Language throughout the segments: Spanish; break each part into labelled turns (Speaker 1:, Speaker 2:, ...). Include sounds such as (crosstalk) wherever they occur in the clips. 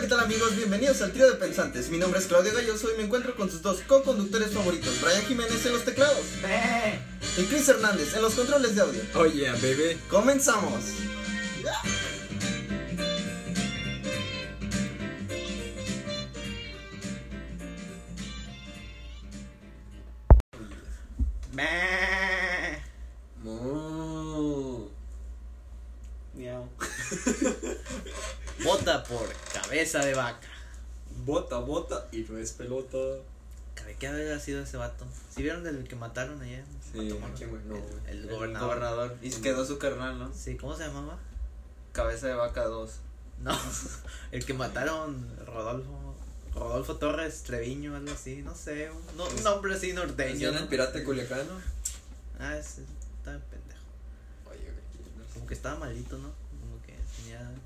Speaker 1: ¿qué tal amigos? Bienvenidos al trío de pensantes. Mi nombre es Claudio Galloso y me encuentro con sus dos co-conductores favoritos, Brian Jiménez en los teclados y Chris Hernández en los controles de audio.
Speaker 2: Oye, oh yeah, bebé.
Speaker 1: ¡Comenzamos!
Speaker 3: Miau. (laughs) Bota por cabeza de vaca.
Speaker 2: Bota, bota y no es pelota.
Speaker 3: ¿Qué había sido ese vato? ¿Sí vieron del que mataron ayer?
Speaker 2: Sí,
Speaker 3: Matamoros?
Speaker 2: ¿quién, güey? No, güey.
Speaker 3: el, el
Speaker 1: El
Speaker 3: gobernador.
Speaker 1: gobernador. Y quedó su carnal, ¿no?
Speaker 3: Sí, ¿cómo se llamaba?
Speaker 1: Cabeza de vaca 2.
Speaker 3: No, (laughs) el que mataron Rodolfo. Rodolfo Torres Treviño, algo así, no sé, un, no- un nombre así
Speaker 2: ¿Ese
Speaker 3: norteño.
Speaker 2: era el
Speaker 3: ¿no?
Speaker 2: pirata culiacano?
Speaker 3: Ah, ese está bien pendejo.
Speaker 2: Oye, güey. ¿quién es?
Speaker 3: Como que estaba malito, ¿no? Como que tenía como.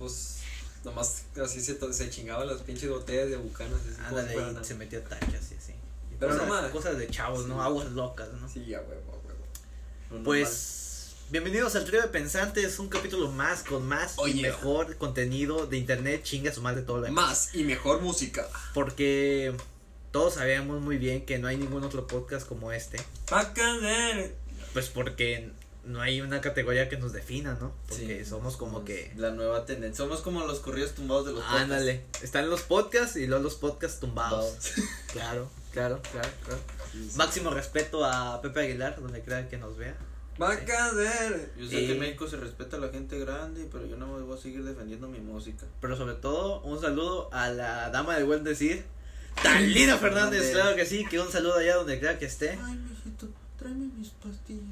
Speaker 2: Pues nomás así se, to- se chingaba las pinches botellas de bucanas. Así como si fueran
Speaker 3: Ándale,
Speaker 2: a-
Speaker 3: y se metió tachas y así. Y
Speaker 2: Pero
Speaker 3: cosas,
Speaker 2: no más.
Speaker 3: cosas de chavos, ¿no? Aguas locas, ¿no?
Speaker 2: Sí, a huevo, a huevo.
Speaker 3: Pues bienvenidos al trío de pensantes, un capítulo más con más
Speaker 2: Oh,
Speaker 3: y
Speaker 2: yeah.
Speaker 3: mejor contenido de internet, chinga su madre todo lo demás.
Speaker 2: Más y mejor música.
Speaker 3: Porque todos sabemos muy bien que no hay ningún otro podcast como este,
Speaker 2: Pa' caer.
Speaker 3: pues porque no hay una categoría que nos defina, ¿no? Porque
Speaker 1: Sí,
Speaker 3: somos como que "Ah,
Speaker 1: La nueva tendencia. Somos Ah, como los corridos tumbados de los podcasts.
Speaker 3: ándale, están los podcasts y luego los podcasts tumbados.
Speaker 1: Tumbados. (laughs)
Speaker 3: claro, claro, claro, claro. Máximo respeto a Pepe Aguilar, donde crea que nos vea.
Speaker 2: Pa' caer.
Speaker 1: Yo sé que
Speaker 3: Y-
Speaker 1: en México se respeta a la gente grande, pero yo no me voy a seguir defendiendo mi música.
Speaker 3: Pero sobre todo, un saludo a la dama del buen decir, Talina Fernández,
Speaker 1: Fernández.
Speaker 3: claro que sí, que un saludo allá donde crea que esté.
Speaker 1: Ay, mijito, tráeme mis pastillas.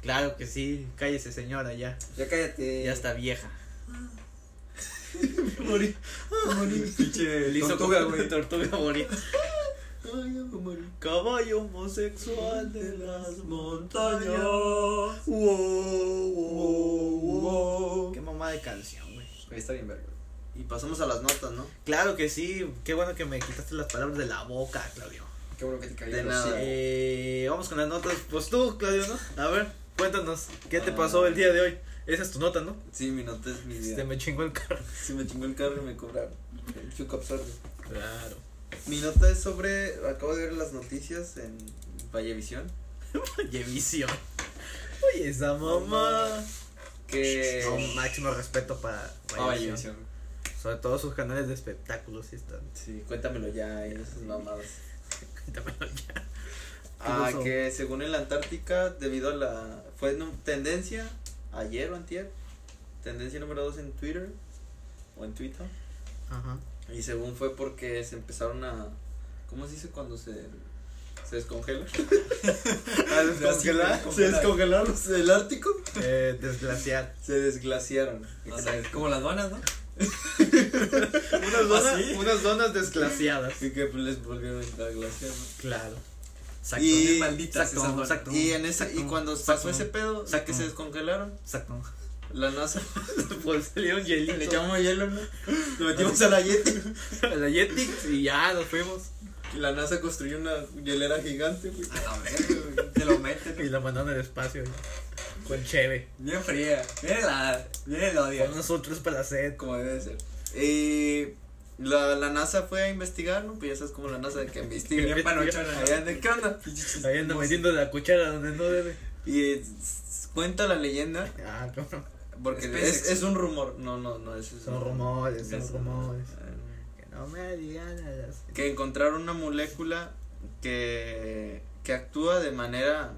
Speaker 3: Claro que sí, cállese señora ya,
Speaker 2: Ya cállate.
Speaker 3: ya está vieja.
Speaker 1: Morí. Morí.
Speaker 3: (laughs)
Speaker 2: Pinche
Speaker 3: Le hizo
Speaker 2: tortuga,
Speaker 3: como-
Speaker 2: güey.
Speaker 3: Tortuga morir.
Speaker 1: Ay, ya me morí.
Speaker 3: Caballo homosexual de las montañas.
Speaker 2: Wow, wow, wow.
Speaker 3: Qué mamá de canción, güey.
Speaker 2: Ahí está bien, verga.
Speaker 1: Y pasamos a las notas, ¿no?
Speaker 3: Claro que sí, qué bueno que me quitaste las palabras de la boca, Claudio.
Speaker 2: Qué bueno que te cayó.
Speaker 1: De
Speaker 2: el
Speaker 1: nada.
Speaker 2: hocico.
Speaker 3: Eh, vamos con las notas. Pues tú, Claudio, ¿no? A ver, cuéntanos, ¿qué te pasó el día de hoy? Esa es tu nota, ¿no?
Speaker 1: Sí, mi nota es mi
Speaker 3: Este
Speaker 1: vida.
Speaker 3: me chingó el carro. (laughs)
Speaker 1: Si me chingó el carro y me cobraron. El chuco absorbe.
Speaker 3: Claro.
Speaker 1: Mi nota es sobre. Acabo de ver las noticias en Vallevisión.
Speaker 3: Oye, visión. Oye, esa mamá.
Speaker 1: Que.
Speaker 3: Con máximo respeto para
Speaker 2: Ah,
Speaker 3: Vallevisión.
Speaker 2: Vallevisión.
Speaker 3: Sobre todo sus canales de espectáculos y están.
Speaker 1: Sí, cuéntamelo ya, y esas mamadas.
Speaker 3: Cuéntamelo ya.
Speaker 1: Ah,
Speaker 3: pasó?
Speaker 1: que según en la Antártica, debido a la. Fue nu- tendencia ayer o antier. Tendencia número 2 en Twitter. O en Twitter.
Speaker 3: Ajá.
Speaker 1: Y según fue porque se empezaron a. ¿Cómo se dice cuando se. se descongela? (laughs)
Speaker 2: Ah,
Speaker 1: a
Speaker 2: descongelar.
Speaker 1: Se descongelaron los (laughs) del Ártico.
Speaker 3: Eh, desglaciar.
Speaker 1: Se desglaciaron.
Speaker 2: O sea, es como las donas, ¿no?
Speaker 1: ¿Ah,
Speaker 2: ¿Ah,
Speaker 3: Unas
Speaker 2: donas-
Speaker 3: unas donas desglaciadas.
Speaker 1: Así que pues, les volvieron a glaciar. ¿no?
Speaker 3: Claro.
Speaker 2: Exacto,
Speaker 1: Y-
Speaker 2: bien malditas
Speaker 3: exacto,
Speaker 2: esas donas.
Speaker 3: exacto.
Speaker 1: Y en esa, y
Speaker 3: Exacto.
Speaker 1: cuando
Speaker 3: Exacto.
Speaker 1: pasó ese pedo, la que
Speaker 3: Exacto.
Speaker 1: se descongelaron,
Speaker 3: Exacto.
Speaker 1: la NASA
Speaker 3: Pues salió un hielito.
Speaker 1: le echamos hielo, ¿no? Lo metimos a la Yeti.
Speaker 3: a la Jetix y ya nos fuimos.
Speaker 1: Y la NASA construyó una hielera gigante, güey.
Speaker 2: A la verga, güey, Te lo
Speaker 3: Y
Speaker 2: meten.
Speaker 3: la mandaron al espacio. güey. Con Cheve.
Speaker 2: Bien fría. Viene la. Viene el odio.
Speaker 3: Con nosotros para la sed.
Speaker 1: Como debe de ser. Y la, la NASA fue a investigar, ¿no? Pues ya sabes como la NASA de que investiga.
Speaker 2: Bien
Speaker 3: (laughs)
Speaker 2: panochona.
Speaker 1: Ahí anda, ¿Qué onda?
Speaker 3: Ahí anda metiendo la cuchara donde no debe.
Speaker 1: Y eh, s- cuenta la leyenda,
Speaker 3: Ah, cabrón.
Speaker 1: porque
Speaker 2: SpaceX.
Speaker 1: es, es un rumor. No, no, no, es, es
Speaker 3: Son
Speaker 1: un rumor.
Speaker 3: rumores, son
Speaker 1: Es-
Speaker 3: rumores.
Speaker 1: eh,
Speaker 3: Que no me digan a las.
Speaker 1: que encontraron una molécula que, que actúa de manera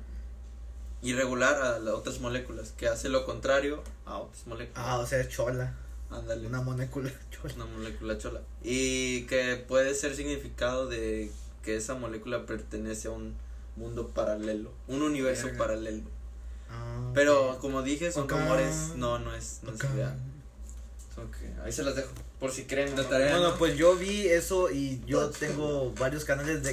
Speaker 1: irregular a las otras moléculas, que hace lo contrario a otras moléculas.
Speaker 3: Ah, o sea, chola.
Speaker 1: Ándale.
Speaker 3: Una molécula (laughs) chola.
Speaker 1: pues, Una molécula chola. Y que puede ser significado de que esa molécula pertenece a un mundo paralelo, un universo
Speaker 2: Verga.
Speaker 1: paralelo.
Speaker 3: Ah,
Speaker 1: Pero
Speaker 3: ok.
Speaker 1: como dije, son
Speaker 3: Acá.
Speaker 1: rumores, no, no es, no es
Speaker 3: Acá.
Speaker 1: real. Son que- Ahí se las dejo, por si creen.
Speaker 2: La
Speaker 1: ¿no?
Speaker 2: tarea.
Speaker 3: Bueno, pues yo vi eso y yo tengo varios canales de,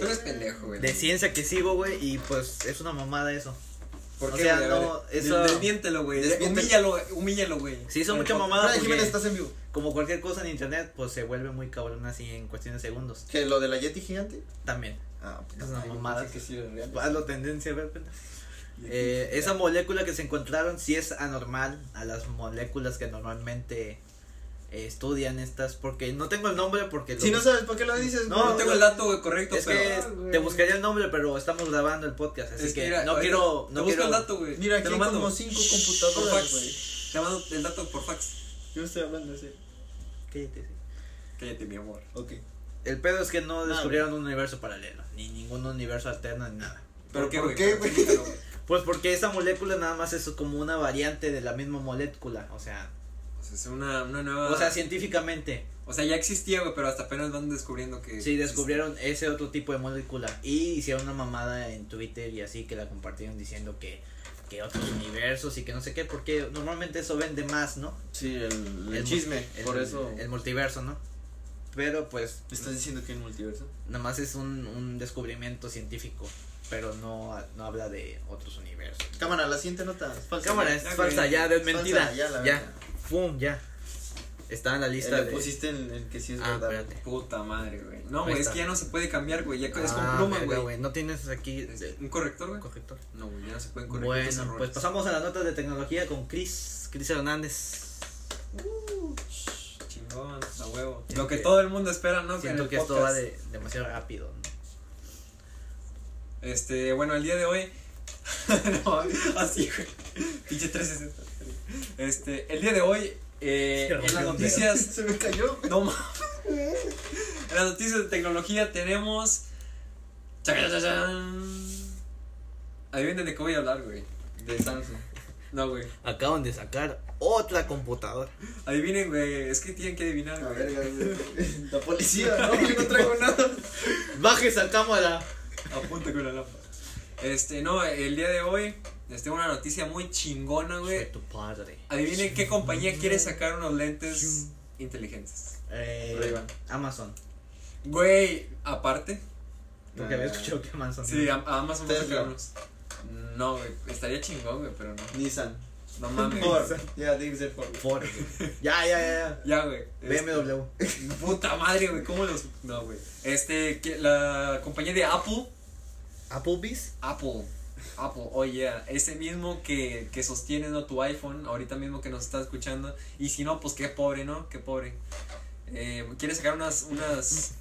Speaker 2: Tú eres
Speaker 3: de,
Speaker 2: pendejo, güey.
Speaker 3: de ciencia que sigo, güey, y pues es una mamada eso.
Speaker 2: ¿Por
Speaker 3: o
Speaker 2: qué,
Speaker 3: sea,
Speaker 2: güey? A
Speaker 3: no,
Speaker 2: ver,
Speaker 3: eso-
Speaker 2: des- Desmiéntelo, güey.
Speaker 1: Desmiéntelo.
Speaker 2: Humíllalo, humíllalo, güey.
Speaker 3: Se hizo
Speaker 2: En este el
Speaker 3: mucha
Speaker 2: podcast.
Speaker 3: mamada
Speaker 1: Brian Jiménez,
Speaker 3: porque
Speaker 1: estás en vivo.
Speaker 3: como cualquier cosa en internet, pues se vuelve muy cabrón así en cuestión de segundos.
Speaker 1: Que lo de la Yeti gigante.
Speaker 3: También.
Speaker 1: Ah,
Speaker 3: Es una
Speaker 1: ay,
Speaker 3: mamada.
Speaker 1: pensé que sí era real.
Speaker 3: Hazlo tendencia, güey, pendejo. Eh, esa molécula que se encontraron sí es anormal a las moléculas que normalmente eh, estudian estas, porque no tengo el nombre porque...
Speaker 1: Si no sabes por qué lo dices,
Speaker 3: No,
Speaker 2: No,
Speaker 1: güey?
Speaker 2: tengo el dato, güey, correcto,
Speaker 3: es
Speaker 2: pero.
Speaker 3: que
Speaker 2: Ah,
Speaker 3: te
Speaker 2: güey.
Speaker 3: buscaría el nombre, pero estamos grabando el podcast, así
Speaker 2: Es
Speaker 3: que,
Speaker 2: que mira,
Speaker 3: no
Speaker 2: oye,
Speaker 3: quiero...
Speaker 2: te
Speaker 3: No
Speaker 2: busco
Speaker 3: quiero...
Speaker 2: el dato, güey.
Speaker 1: Mira,
Speaker 2: te
Speaker 1: aquí hay
Speaker 2: lo mando.
Speaker 1: como cinco
Speaker 2: por
Speaker 1: computadoras,
Speaker 2: fax.
Speaker 1: güey.
Speaker 2: Te mando el dato por fax.
Speaker 1: Yo estoy hablando así.
Speaker 3: Cállate, sí.
Speaker 2: Cállate, mi amor.
Speaker 1: Ok.
Speaker 3: El pedo es que no
Speaker 1: Ah,
Speaker 3: descubrieron un universo paralelo, ni ningún universo alterno, ni nada.
Speaker 2: ¿Pero
Speaker 1: por
Speaker 2: güey?
Speaker 1: qué, güey?
Speaker 2: Explícalo, güey.
Speaker 3: Pues porque esa molécula nada más es como una variante de la misma molécula, o sea,
Speaker 2: O sea, es una, una nueva.
Speaker 3: o sea, científicamente,
Speaker 2: o sea, ya existía, güey, pero hasta apenas van descubriendo que.
Speaker 3: sí, descubrieron ese otro tipo de molécula y hicieron una mamada en Twitter y así que la compartieron diciendo que, que otros universos y que no sé qué, porque normalmente eso vende más, ¿no?
Speaker 1: Sí, el, el
Speaker 3: mu-
Speaker 1: chisme.
Speaker 3: el-
Speaker 1: por eso.
Speaker 3: El multiverso, ¿no? Pero pues,
Speaker 1: ¿Estás diciendo que hay multiverso?
Speaker 3: nada más es un, un descubrimiento científico, pero no, no habla de otros universos.
Speaker 1: Cámara, la siguiente nota. es falsa.
Speaker 3: Cámara,
Speaker 1: Ya,
Speaker 3: es
Speaker 2: ya,
Speaker 3: falsa,
Speaker 2: güey.
Speaker 3: ya,
Speaker 1: es
Speaker 3: desmentida.
Speaker 1: falsa, Ya, la
Speaker 3: ya,
Speaker 1: verdad.
Speaker 3: pum, ya. Está en la lista
Speaker 1: Le
Speaker 3: de...
Speaker 1: Eh, pusiste en el que sí es
Speaker 3: Ah,
Speaker 1: verdad.
Speaker 3: espérate.
Speaker 2: Puta madre, güey. No,
Speaker 3: Ahí
Speaker 2: güey, es
Speaker 3: está.
Speaker 2: que ya no se puede cambiar, güey. Ya es con
Speaker 3: Ah,
Speaker 2: pluma,
Speaker 3: verga,
Speaker 2: güey.
Speaker 3: No tienes aquí
Speaker 2: Es-
Speaker 3: el
Speaker 2: ¿Un corrector, güey?
Speaker 3: corrector.
Speaker 2: No, güey, ya no se pueden corregir los
Speaker 3: Bueno,
Speaker 2: errores.
Speaker 3: pues pasamos a las notas de tecnología con Chris, Chris Hernández.
Speaker 2: Chingón, a huevo. Lo que
Speaker 3: que-
Speaker 2: todo el mundo espera, ¿no? en
Speaker 3: Siento
Speaker 2: el
Speaker 3: que esto va
Speaker 2: podcast.
Speaker 3: de, demasiado rápido. ¿no?
Speaker 2: Este, bueno, el día de hoy. (laughs) no, así, güey. Pinche 360. Este, el día de hoy, eh,
Speaker 3: Qué
Speaker 2: en las
Speaker 3: rápido,
Speaker 2: noticias.
Speaker 1: (laughs) Se me cayó.
Speaker 2: (laughs) No mames. En las noticias de tecnología tenemos. Chacachachán. Adivinen de qué voy a hablar, güey.
Speaker 1: De Samsung.
Speaker 2: No, güey.
Speaker 3: Acaban de sacar otra computadora.
Speaker 2: Adivinen, güey. Es que tienen que adivinar,
Speaker 1: La
Speaker 2: (laughs) güey.
Speaker 1: verga, güey. (laughs) La policía, no, yo no traigo nada.
Speaker 3: Baje esa cámara.
Speaker 2: Apunta con la lámpara. Este, no, el día de hoy les tengo una noticia muy chingona,
Speaker 3: Soy
Speaker 2: güey.
Speaker 3: tu padre.
Speaker 2: Adivinen qué compañía quiere sacar unos lentes inteligentes.
Speaker 3: Eh,
Speaker 1: Ray-Ban.
Speaker 3: Amazon.
Speaker 2: Güey, aparte.
Speaker 3: Porque
Speaker 1: Ah.
Speaker 3: había escuchado que Amazon.
Speaker 2: Sí, a- a Amazon va a
Speaker 1: Tesla.
Speaker 2: sacar unos. No, güey, estaría chingón, güey, pero no.
Speaker 1: Nissan.
Speaker 2: No mames.
Speaker 1: Ford. Ya, tiene que ser Ford.
Speaker 3: Ford, güey. Ya, ya, ya.
Speaker 2: Ya, güey.
Speaker 3: ya.
Speaker 2: este,
Speaker 3: BMW.
Speaker 2: Puta madre, güey, ¿cómo los.? No, güey. Este, que la compañía de Apple.
Speaker 3: Applebee's.
Speaker 2: Apple. Apple, oye, ese mismo que, que sostiene ¿no? tu iPhone, ahorita mismo que nos está escuchando. Y si no, pues qué pobre, ¿no? Qué pobre. Eh, quiere sacar unas. unas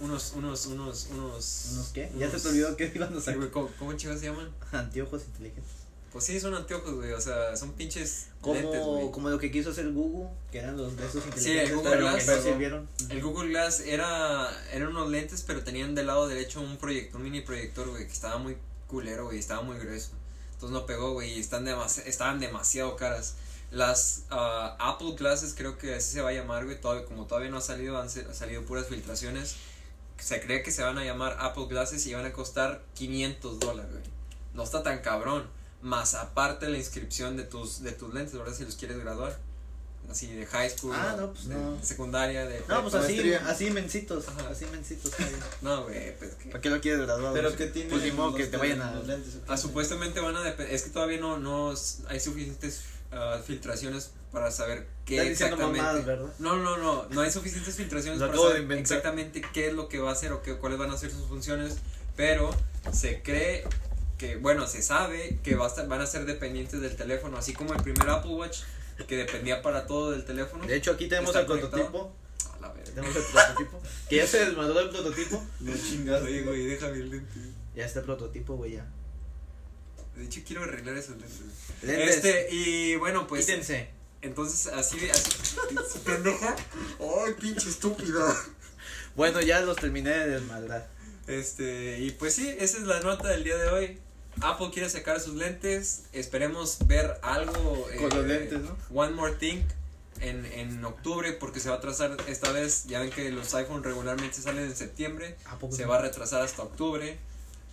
Speaker 2: unos, unos, unos, unos.
Speaker 3: ¿Unos qué? Ya se te olvidó que iban
Speaker 2: (laughs)
Speaker 3: a
Speaker 2: Sí, güey,
Speaker 3: sacar.
Speaker 2: ¿cómo, cómo chingados se llaman?
Speaker 3: Anteojos inteligentes.
Speaker 2: Pues sí, son anteojos, güey. O sea, son pinches lentes,
Speaker 3: Como,
Speaker 2: güey.
Speaker 3: como lo que quiso hacer Google, que eran los de esos inteligentes,
Speaker 2: el Google
Speaker 3: pero que
Speaker 2: Glass,
Speaker 3: no
Speaker 2: pero-
Speaker 3: sirvieron.
Speaker 2: El Google Glass era, eran unos lentes, pero tenían del lado derecho un proyector, un mini proyector, güey, que estaba muy culero, güey, estaba muy grueso. Entonces no pegó, güey, y están demasi- estaban demasiado caras. Las ah, Apple Glasses creo que así se va a llamar, güey, todavía, como todavía no ha salido, han se- han salido puras filtraciones. Se cree que se van a llamar Apple Glasses y van a costar 500 dólares, güey. No está tan cabrón. Más aparte la inscripción de tus, de tus lentes, ¿verdad? Si los quieres graduar. Así de high school.
Speaker 3: Ah,
Speaker 2: o
Speaker 3: no, pues
Speaker 2: de
Speaker 3: no.
Speaker 2: Secundaria, de
Speaker 3: No, pues así,
Speaker 1: Maestría.
Speaker 3: así mencitos,
Speaker 2: Ajá.
Speaker 3: así
Speaker 2: (laughs)
Speaker 3: mencitos. está bien.
Speaker 2: no, güey, pues que.
Speaker 3: ¿Para qué lo quieres graduado?
Speaker 1: Pero que tiene.
Speaker 3: Pues ni modo que
Speaker 1: los
Speaker 3: te vayan
Speaker 1: lentes,
Speaker 3: a-
Speaker 1: los lentes, ¿o qué?
Speaker 2: Ah, supuestamente van a depender. Es que todavía no, no s- hay suficientes ah, filtraciones para saber qué
Speaker 3: Estás diciendo
Speaker 2: exactamente.
Speaker 3: mamadas, ¿verdad?
Speaker 2: no, no, no, no hay suficientes filtraciones
Speaker 3: Lo
Speaker 2: para
Speaker 3: acabo de
Speaker 2: saber
Speaker 3: inventar.
Speaker 2: exactamente qué es lo que va a hacer o qué, cuáles van a ser sus funciones, pero se cree que, bueno, se sabe que va a estar- van a ser dependientes del teléfono, así como el primer Apple Watch que dependía para todo del teléfono.
Speaker 3: De hecho, aquí tenemos
Speaker 2: ¿Está
Speaker 3: el
Speaker 2: conectado?
Speaker 3: prototipo.
Speaker 2: A la verga.
Speaker 3: Tenemos el prototipo. que ya se desmadró el prototipo.
Speaker 1: No chingas,
Speaker 2: Oye, güey, déjame el lente.
Speaker 3: Ya está el prototipo, güey, ya.
Speaker 2: De hecho, quiero arreglar esos lentes.
Speaker 3: Lentes,
Speaker 2: Este, y bueno, pues.
Speaker 3: quítense.
Speaker 2: Entonces, así de. Así, pendeja. Ay, pinche estúpida.
Speaker 3: Bueno, ya los terminé de desmadrar.
Speaker 2: Este, y pues sí, esa es la nota del día de hoy. Apple quiere sacar sus lentes. Esperemos ver algo. eh,
Speaker 1: Con los lentes, ¿no?
Speaker 2: One More Thing. En, en octubre, porque se va a atrasar esta vez. Ya ven que los iPhone regularmente salen en septiembre.
Speaker 3: ¿A poco
Speaker 2: Se
Speaker 3: sí?
Speaker 2: va a retrasar hasta octubre.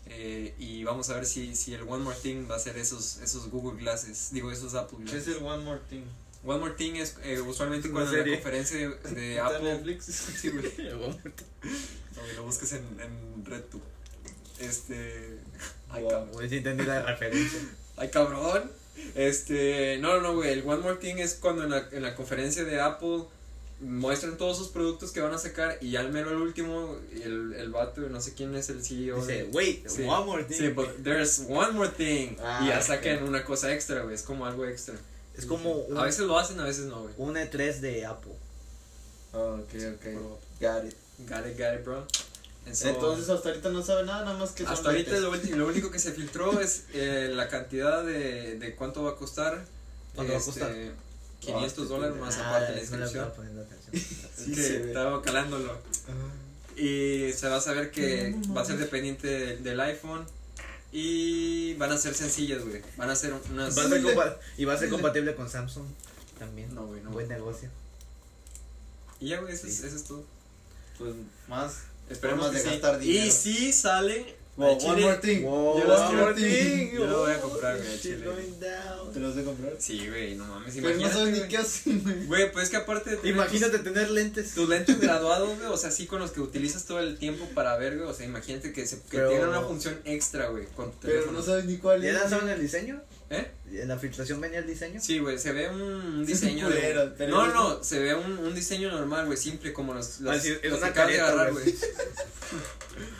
Speaker 2: eh, y vamos a ver si, si el One More Thing va a ser esos, esos Google Glasses. Digo, esos Apple
Speaker 1: ¿Qué
Speaker 2: Glasses.
Speaker 1: es el One More Thing?
Speaker 2: One More Thing es eh, usualmente
Speaker 3: Es
Speaker 2: cuando
Speaker 3: una
Speaker 2: en la
Speaker 3: serie.
Speaker 2: conferencia de, de
Speaker 1: ¿Está en
Speaker 2: Apple.
Speaker 1: Netflix?
Speaker 2: Sí, güey. No, güey, lo busques en, en RedTube. Este. (laughs) Ay,
Speaker 1: Wow.
Speaker 2: cabrón.
Speaker 3: Güey, sí entendí la referencia.
Speaker 2: Ay, cabrón. Este. No, no, güey. El One More Thing es cuando en la, en la conferencia de Apple muestran todos sus productos que van a sacar y al mero el último, el, el vato, no sé quién es el CEO.
Speaker 3: Dice,
Speaker 2: de-
Speaker 3: wait,
Speaker 2: Sí.
Speaker 3: one more thing.
Speaker 2: Sí, but there's one more thing.
Speaker 1: Ah,
Speaker 2: y ya
Speaker 1: ok.
Speaker 2: sacan una cosa extra, güey. Es como algo extra.
Speaker 3: Es como
Speaker 2: A
Speaker 3: un,
Speaker 2: veces lo hacen, a veces no, güey.
Speaker 3: un E3 de Apple.
Speaker 1: Ok, ok. Got it.
Speaker 2: Got it, got it, bro. And so-
Speaker 1: Oh. Entonces hasta ahorita no sabe nada, nada más que son
Speaker 2: hasta ahorita
Speaker 1: lentes.
Speaker 2: lo, ulti- lo único que se filtró es eh, la cantidad de, de cuánto va a costar.
Speaker 3: ¿Cuánto va a costar?
Speaker 2: 500
Speaker 1: Ah,
Speaker 2: dólares
Speaker 1: este
Speaker 2: más
Speaker 3: Ah,
Speaker 2: aparte de la
Speaker 3: no le estaba
Speaker 2: inscripción.
Speaker 3: poniendo atención.
Speaker 2: Es
Speaker 1: Sí,
Speaker 2: que
Speaker 1: se ve.
Speaker 2: estaba calándolo. Y se va a saber que va a ser dependiente de- del iPhone. Y van a ser sencillas, güey. Van a ser unas.
Speaker 3: (laughs) Va a ser compa- y va a ser compatible con Samsung también.
Speaker 2: No, güey, no.
Speaker 3: Buen negocio.
Speaker 2: Y ya, güey, eso, es,
Speaker 3: Sí.
Speaker 2: eso es todo.
Speaker 1: Pues más.
Speaker 2: Esperemos
Speaker 1: Formas
Speaker 2: que
Speaker 1: de
Speaker 2: sí.
Speaker 1: gastar dinero.
Speaker 2: Y si salen.
Speaker 1: Wow,
Speaker 2: al chile,
Speaker 1: one more thing.
Speaker 3: Wow.
Speaker 2: yo
Speaker 1: las
Speaker 2: las
Speaker 1: quiero a
Speaker 2: quiero.
Speaker 1: ti.
Speaker 2: Yo lo voy a comprar, güey, al
Speaker 3: Shit
Speaker 2: chile.
Speaker 3: going down.
Speaker 1: ¿Te los de comprar?
Speaker 2: Sí, güey, no mames.
Speaker 4: Pues
Speaker 1: Pero no
Speaker 2: Imagínate.
Speaker 1: sabes ni
Speaker 2: güey.
Speaker 1: qué hacen, güey.
Speaker 2: Güey, pues es que aparte de tener
Speaker 3: Imagínate tener lentes.
Speaker 2: tus, tus lentes graduados, güey, o sea, así con los que utilizas todo el tiempo para ver, güey, o sea, imagínate que, se, que
Speaker 3: Pero-
Speaker 2: tengan una función extra, güey, con tu
Speaker 1: Pero
Speaker 2: teléfono.
Speaker 1: no sabes ni cuál
Speaker 3: ¿Ya
Speaker 1: es.
Speaker 3: lanzaron el diseño?
Speaker 2: ¿Eh?
Speaker 3: ¿En la filtración venía el diseño?
Speaker 2: Sí, güey, se ve un, un
Speaker 1: Es un
Speaker 2: diseño.
Speaker 1: culero,
Speaker 2: de-
Speaker 1: pero-
Speaker 2: no, no, se ve un, un diseño normal, güey, simple, como los. los
Speaker 3: Ah, sí, es
Speaker 2: los
Speaker 3: una
Speaker 2: que acabas de
Speaker 3: careta,
Speaker 2: agarrar,
Speaker 3: güey. (laughs)
Speaker 2: güey.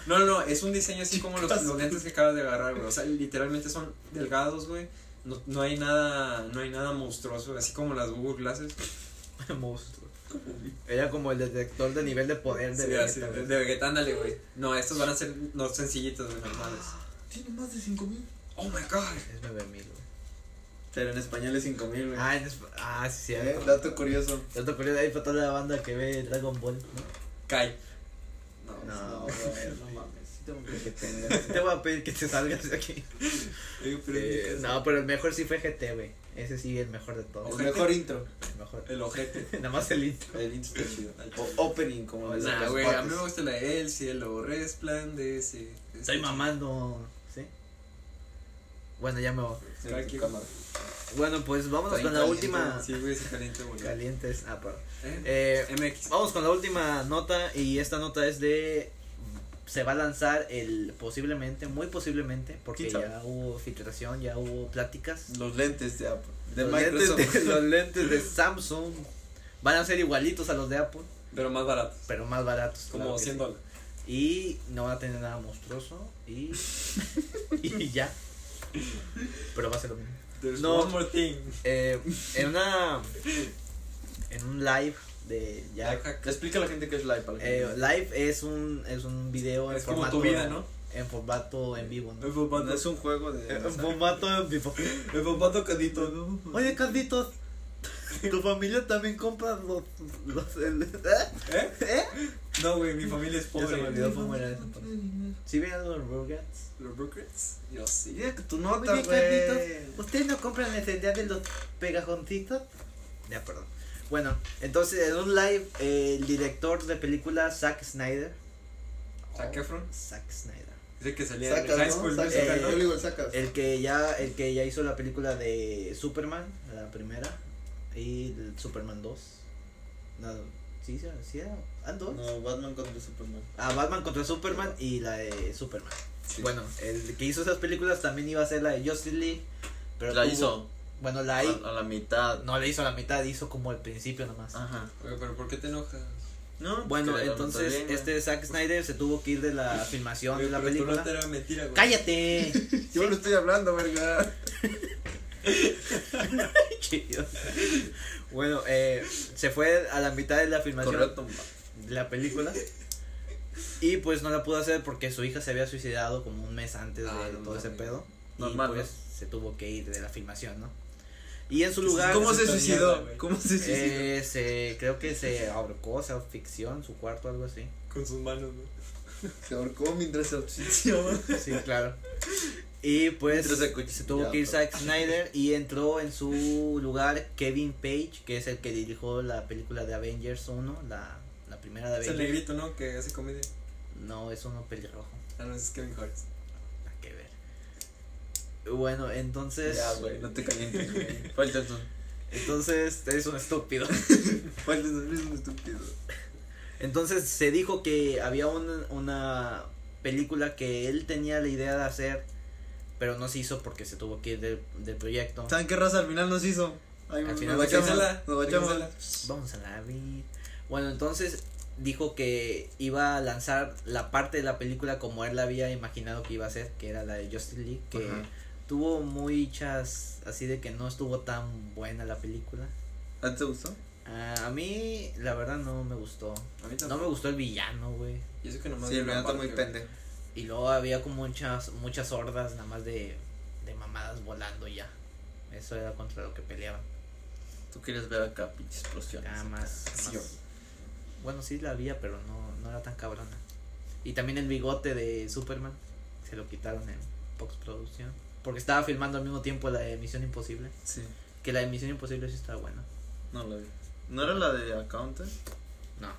Speaker 2: No, no, es un diseño así como los, los lentes que acabas de agarrar, güey. O sea, literalmente son delgados, güey. No, no hay nada, no hay nada monstruoso, así como las Google Glasses.
Speaker 3: Monstruo. Era como el detector de nivel de poder de
Speaker 2: Sí,
Speaker 3: Vegeta,
Speaker 2: así,
Speaker 3: güey.
Speaker 2: de Vegeta, ándale, güey. No, estos van a ser los sencillitos, güey, normales.
Speaker 1: Tiene más de 5000.
Speaker 2: Oh my god.
Speaker 3: Es 9000, güey.
Speaker 1: Pero en español es 5000, güey.
Speaker 3: Ah, es- ah, sí,
Speaker 1: Eh,
Speaker 3: cierto.
Speaker 1: Dato curioso.
Speaker 3: Dato curioso ahí para toda la banda que ve Dragon Ball.
Speaker 2: Kai. No.
Speaker 3: No,
Speaker 1: güey, no mames. Sí tengo que que tengas.
Speaker 3: (laughs) Te voy a pedir que te salgas de aquí.
Speaker 2: Eh, pero
Speaker 3: Eh,
Speaker 2: es-
Speaker 3: no, pero el mejor sí fue GT, güey. Ese sí, el mejor de
Speaker 1: El
Speaker 3: todos.
Speaker 2: Ojete.
Speaker 1: mejor intro.
Speaker 3: El (laughs) mejor.
Speaker 2: El ojete.
Speaker 3: Nada más el intro.
Speaker 1: El intro está chido. O opening, como de
Speaker 2: Nah,
Speaker 1: los
Speaker 2: güey, a
Speaker 1: cuates.
Speaker 2: mí me gusta la de El cielo resplandece.
Speaker 3: Estoy mamando, ¿sí? Bueno, ya me voy.
Speaker 1: Sí,
Speaker 2: Cada
Speaker 1: tu
Speaker 2: quien.
Speaker 1: cámara.
Speaker 3: Bueno, pues vámonos
Speaker 1: Está
Speaker 3: con la
Speaker 1: bien caliente,
Speaker 3: última.
Speaker 2: Sí, güey, se calienta, güey.
Speaker 3: Calientes. Ah, perdón.
Speaker 2: ¿Eh?
Speaker 3: Eh,
Speaker 2: MX.
Speaker 3: Vamos con la última nota y esta nota es de se va a lanzar el posiblemente, muy posiblemente, porque
Speaker 1: ¿Quién sabe?
Speaker 3: ya hubo filtración, ya hubo pláticas.
Speaker 1: Los lentes de Apple. De
Speaker 3: los,
Speaker 1: Microsoft.
Speaker 3: lentes (laughs) de,
Speaker 1: (laughs)
Speaker 3: los lentes de Samsung van a ser igualitos a los de Apple,
Speaker 2: Pero más barato.
Speaker 3: pero más baratos. claro
Speaker 2: Como
Speaker 3: que
Speaker 2: 100
Speaker 3: sí.
Speaker 2: dólares.
Speaker 3: Y no va a tener nada monstruoso (laughs) y, y ya. Pero va a ser lo mismo.
Speaker 2: There's
Speaker 3: No.
Speaker 2: one more thing.
Speaker 3: Eh, en una en un live de ya
Speaker 2: Lifehack.
Speaker 1: Explica a la gente qué es live. para la
Speaker 3: Eh,
Speaker 1: gente.
Speaker 3: live es un es un video en
Speaker 2: Es como
Speaker 3: formato
Speaker 2: tu vida, ¿no?
Speaker 3: en formato en vivo, ¿no?
Speaker 2: El
Speaker 1: No
Speaker 2: bombato.
Speaker 1: es un juego
Speaker 2: (laughs)
Speaker 1: de.
Speaker 3: En formato en vivo.
Speaker 2: El bombato cadito, ¿no?
Speaker 3: Oye, Carlitos, tu familia también compra los los el- ¿Eh?
Speaker 2: ¿Eh? No, güey, mi familia es
Speaker 3: Ya se me
Speaker 2: pobre.
Speaker 3: olvidó cómo era eso. ¿Sí vieron los Rugrats?
Speaker 2: ¿Los Brookers? Yo sí.
Speaker 1: Mira que tu nota,
Speaker 3: Oye,
Speaker 1: güey.
Speaker 3: Carlitos, ¿ustedes no compran el día de los pegajoncitos? Ya, perdón. Bueno, entonces en un live eh, el director de película Zack Snyder,
Speaker 2: Zac Efron.
Speaker 3: Zack Snyder,
Speaker 2: Dice que salía de High
Speaker 1: Sacas,
Speaker 2: School
Speaker 1: ¿no? Sacas.
Speaker 2: Musical,
Speaker 3: eh,
Speaker 1: Yo le digo, sacas.
Speaker 3: El que ya, el que ya hizo la película de Superman, la primera, y el Superman 2. No, sí, sí, sí, era- ah, dos.
Speaker 1: No, Batman contra Superman.
Speaker 3: Ah, Batman contra Superman y la de Superman.
Speaker 1: Sí.
Speaker 3: Bueno, el que hizo esas películas también iba a ser la de Justice League, pero tuvo- Bueno, la hi-
Speaker 1: la mitad.
Speaker 3: no le hizo la mitad, hizo como el principio nomás.
Speaker 1: Ajá.
Speaker 2: Oye, pero ¿por qué te enojas?
Speaker 1: No,
Speaker 3: Ah, Bueno, entonces este Zack
Speaker 1: Pues
Speaker 3: Snyder se tuvo que ir de
Speaker 1: (laughs)
Speaker 3: la filmación
Speaker 2: Oye,
Speaker 3: de la
Speaker 2: pero tu
Speaker 3: película.
Speaker 2: nota era mentira, güey.
Speaker 3: Cállate.
Speaker 1: Yo lo estoy hablando,
Speaker 3: (laughs)
Speaker 1: verga.
Speaker 3: Chido. bueno, eh, se fue a la mitad de la filmación.
Speaker 1: Correcto.
Speaker 3: de la película. Y pues no la pudo hacer porque su hija se había suicidado como un mes antes
Speaker 2: Ah,
Speaker 3: de
Speaker 2: no
Speaker 3: todo ese
Speaker 2: mames.
Speaker 3: pedo.
Speaker 1: Normal,
Speaker 3: y pues se tuvo que ir de la filmación, ¿no? Y en su lugar
Speaker 1: ¿Cómo se
Speaker 2: Esa mierda,
Speaker 1: suicidó?
Speaker 2: güey.
Speaker 1: ¿Cómo se suicidó?
Speaker 3: eh, se creo que se ahorcó, se asfixió en su cuarto algo así.
Speaker 2: Con sus manos, ¿no?
Speaker 1: Se ahorcó mientras se obsesionó.
Speaker 3: Sí, claro. Y pues
Speaker 1: Mientras se cuch-
Speaker 3: se tuvo que ir Zack Snyder y entró en su lugar Kevin Page, que es el que dirigió la película de Avengers 1, la, la primera de
Speaker 2: Es el
Speaker 3: Avengers.
Speaker 2: negrito, ¿no? Que hace comedia.
Speaker 3: No, es uno pelirrojo.
Speaker 2: Ah, no, es Kevin Hart.
Speaker 3: Nada que ver. Bueno, entonces.
Speaker 1: Ya, güey, no te calientes, güey. Faltas
Speaker 3: Entonces, eres un estúpido.
Speaker 1: eres un estúpido.
Speaker 3: Entonces, se dijo que había un- una película que él tenía la idea de hacer, pero no se hizo porque se tuvo que ir del, del proyecto.
Speaker 1: ¿Saben qué raza al final nos hizo? Ay,
Speaker 3: Al
Speaker 1: nos
Speaker 3: final nos
Speaker 1: bachamos,
Speaker 3: hizo
Speaker 2: la-
Speaker 1: nos bachamos.
Speaker 2: nos
Speaker 3: Vamos a la vida. Bueno, entonces dijo que iba a lanzar la parte de la película como él la había imaginado que iba a hacer, que era la de Justice League, que
Speaker 1: Ajá.
Speaker 3: tuvo muchas así de que no estuvo tan buena la película.
Speaker 1: ¿A ti te gustó?
Speaker 3: Ah, a mí la verdad no me gustó.
Speaker 2: A mí
Speaker 3: No
Speaker 2: tampoco.
Speaker 3: me gustó el villano, güey.
Speaker 2: Y eso que nomás
Speaker 1: Sí,
Speaker 2: vi
Speaker 1: el
Speaker 2: una
Speaker 1: verano está muy
Speaker 2: parte, güey.
Speaker 1: pendejo.
Speaker 3: Y luego había como muchas muchas hordas nada más de de mamadas volando y ya. Eso era contra lo que peleaban.
Speaker 1: Tú quieres ver acá pinches explosiones.
Speaker 3: Acá más,
Speaker 2: Sí,
Speaker 3: más- Bueno, sí la había, pero no, no era tan cabrona. Y también el bigote de Superman. Se lo quitaron en Fox Producción. Porque estaba filmando al mismo tiempo la de Misión Imposible.
Speaker 1: Sí,
Speaker 3: Que la de Misión Imposible sí estaba buena.
Speaker 1: no la vi. ¿No era la de Accountant?
Speaker 3: No.
Speaker 1: ¿No?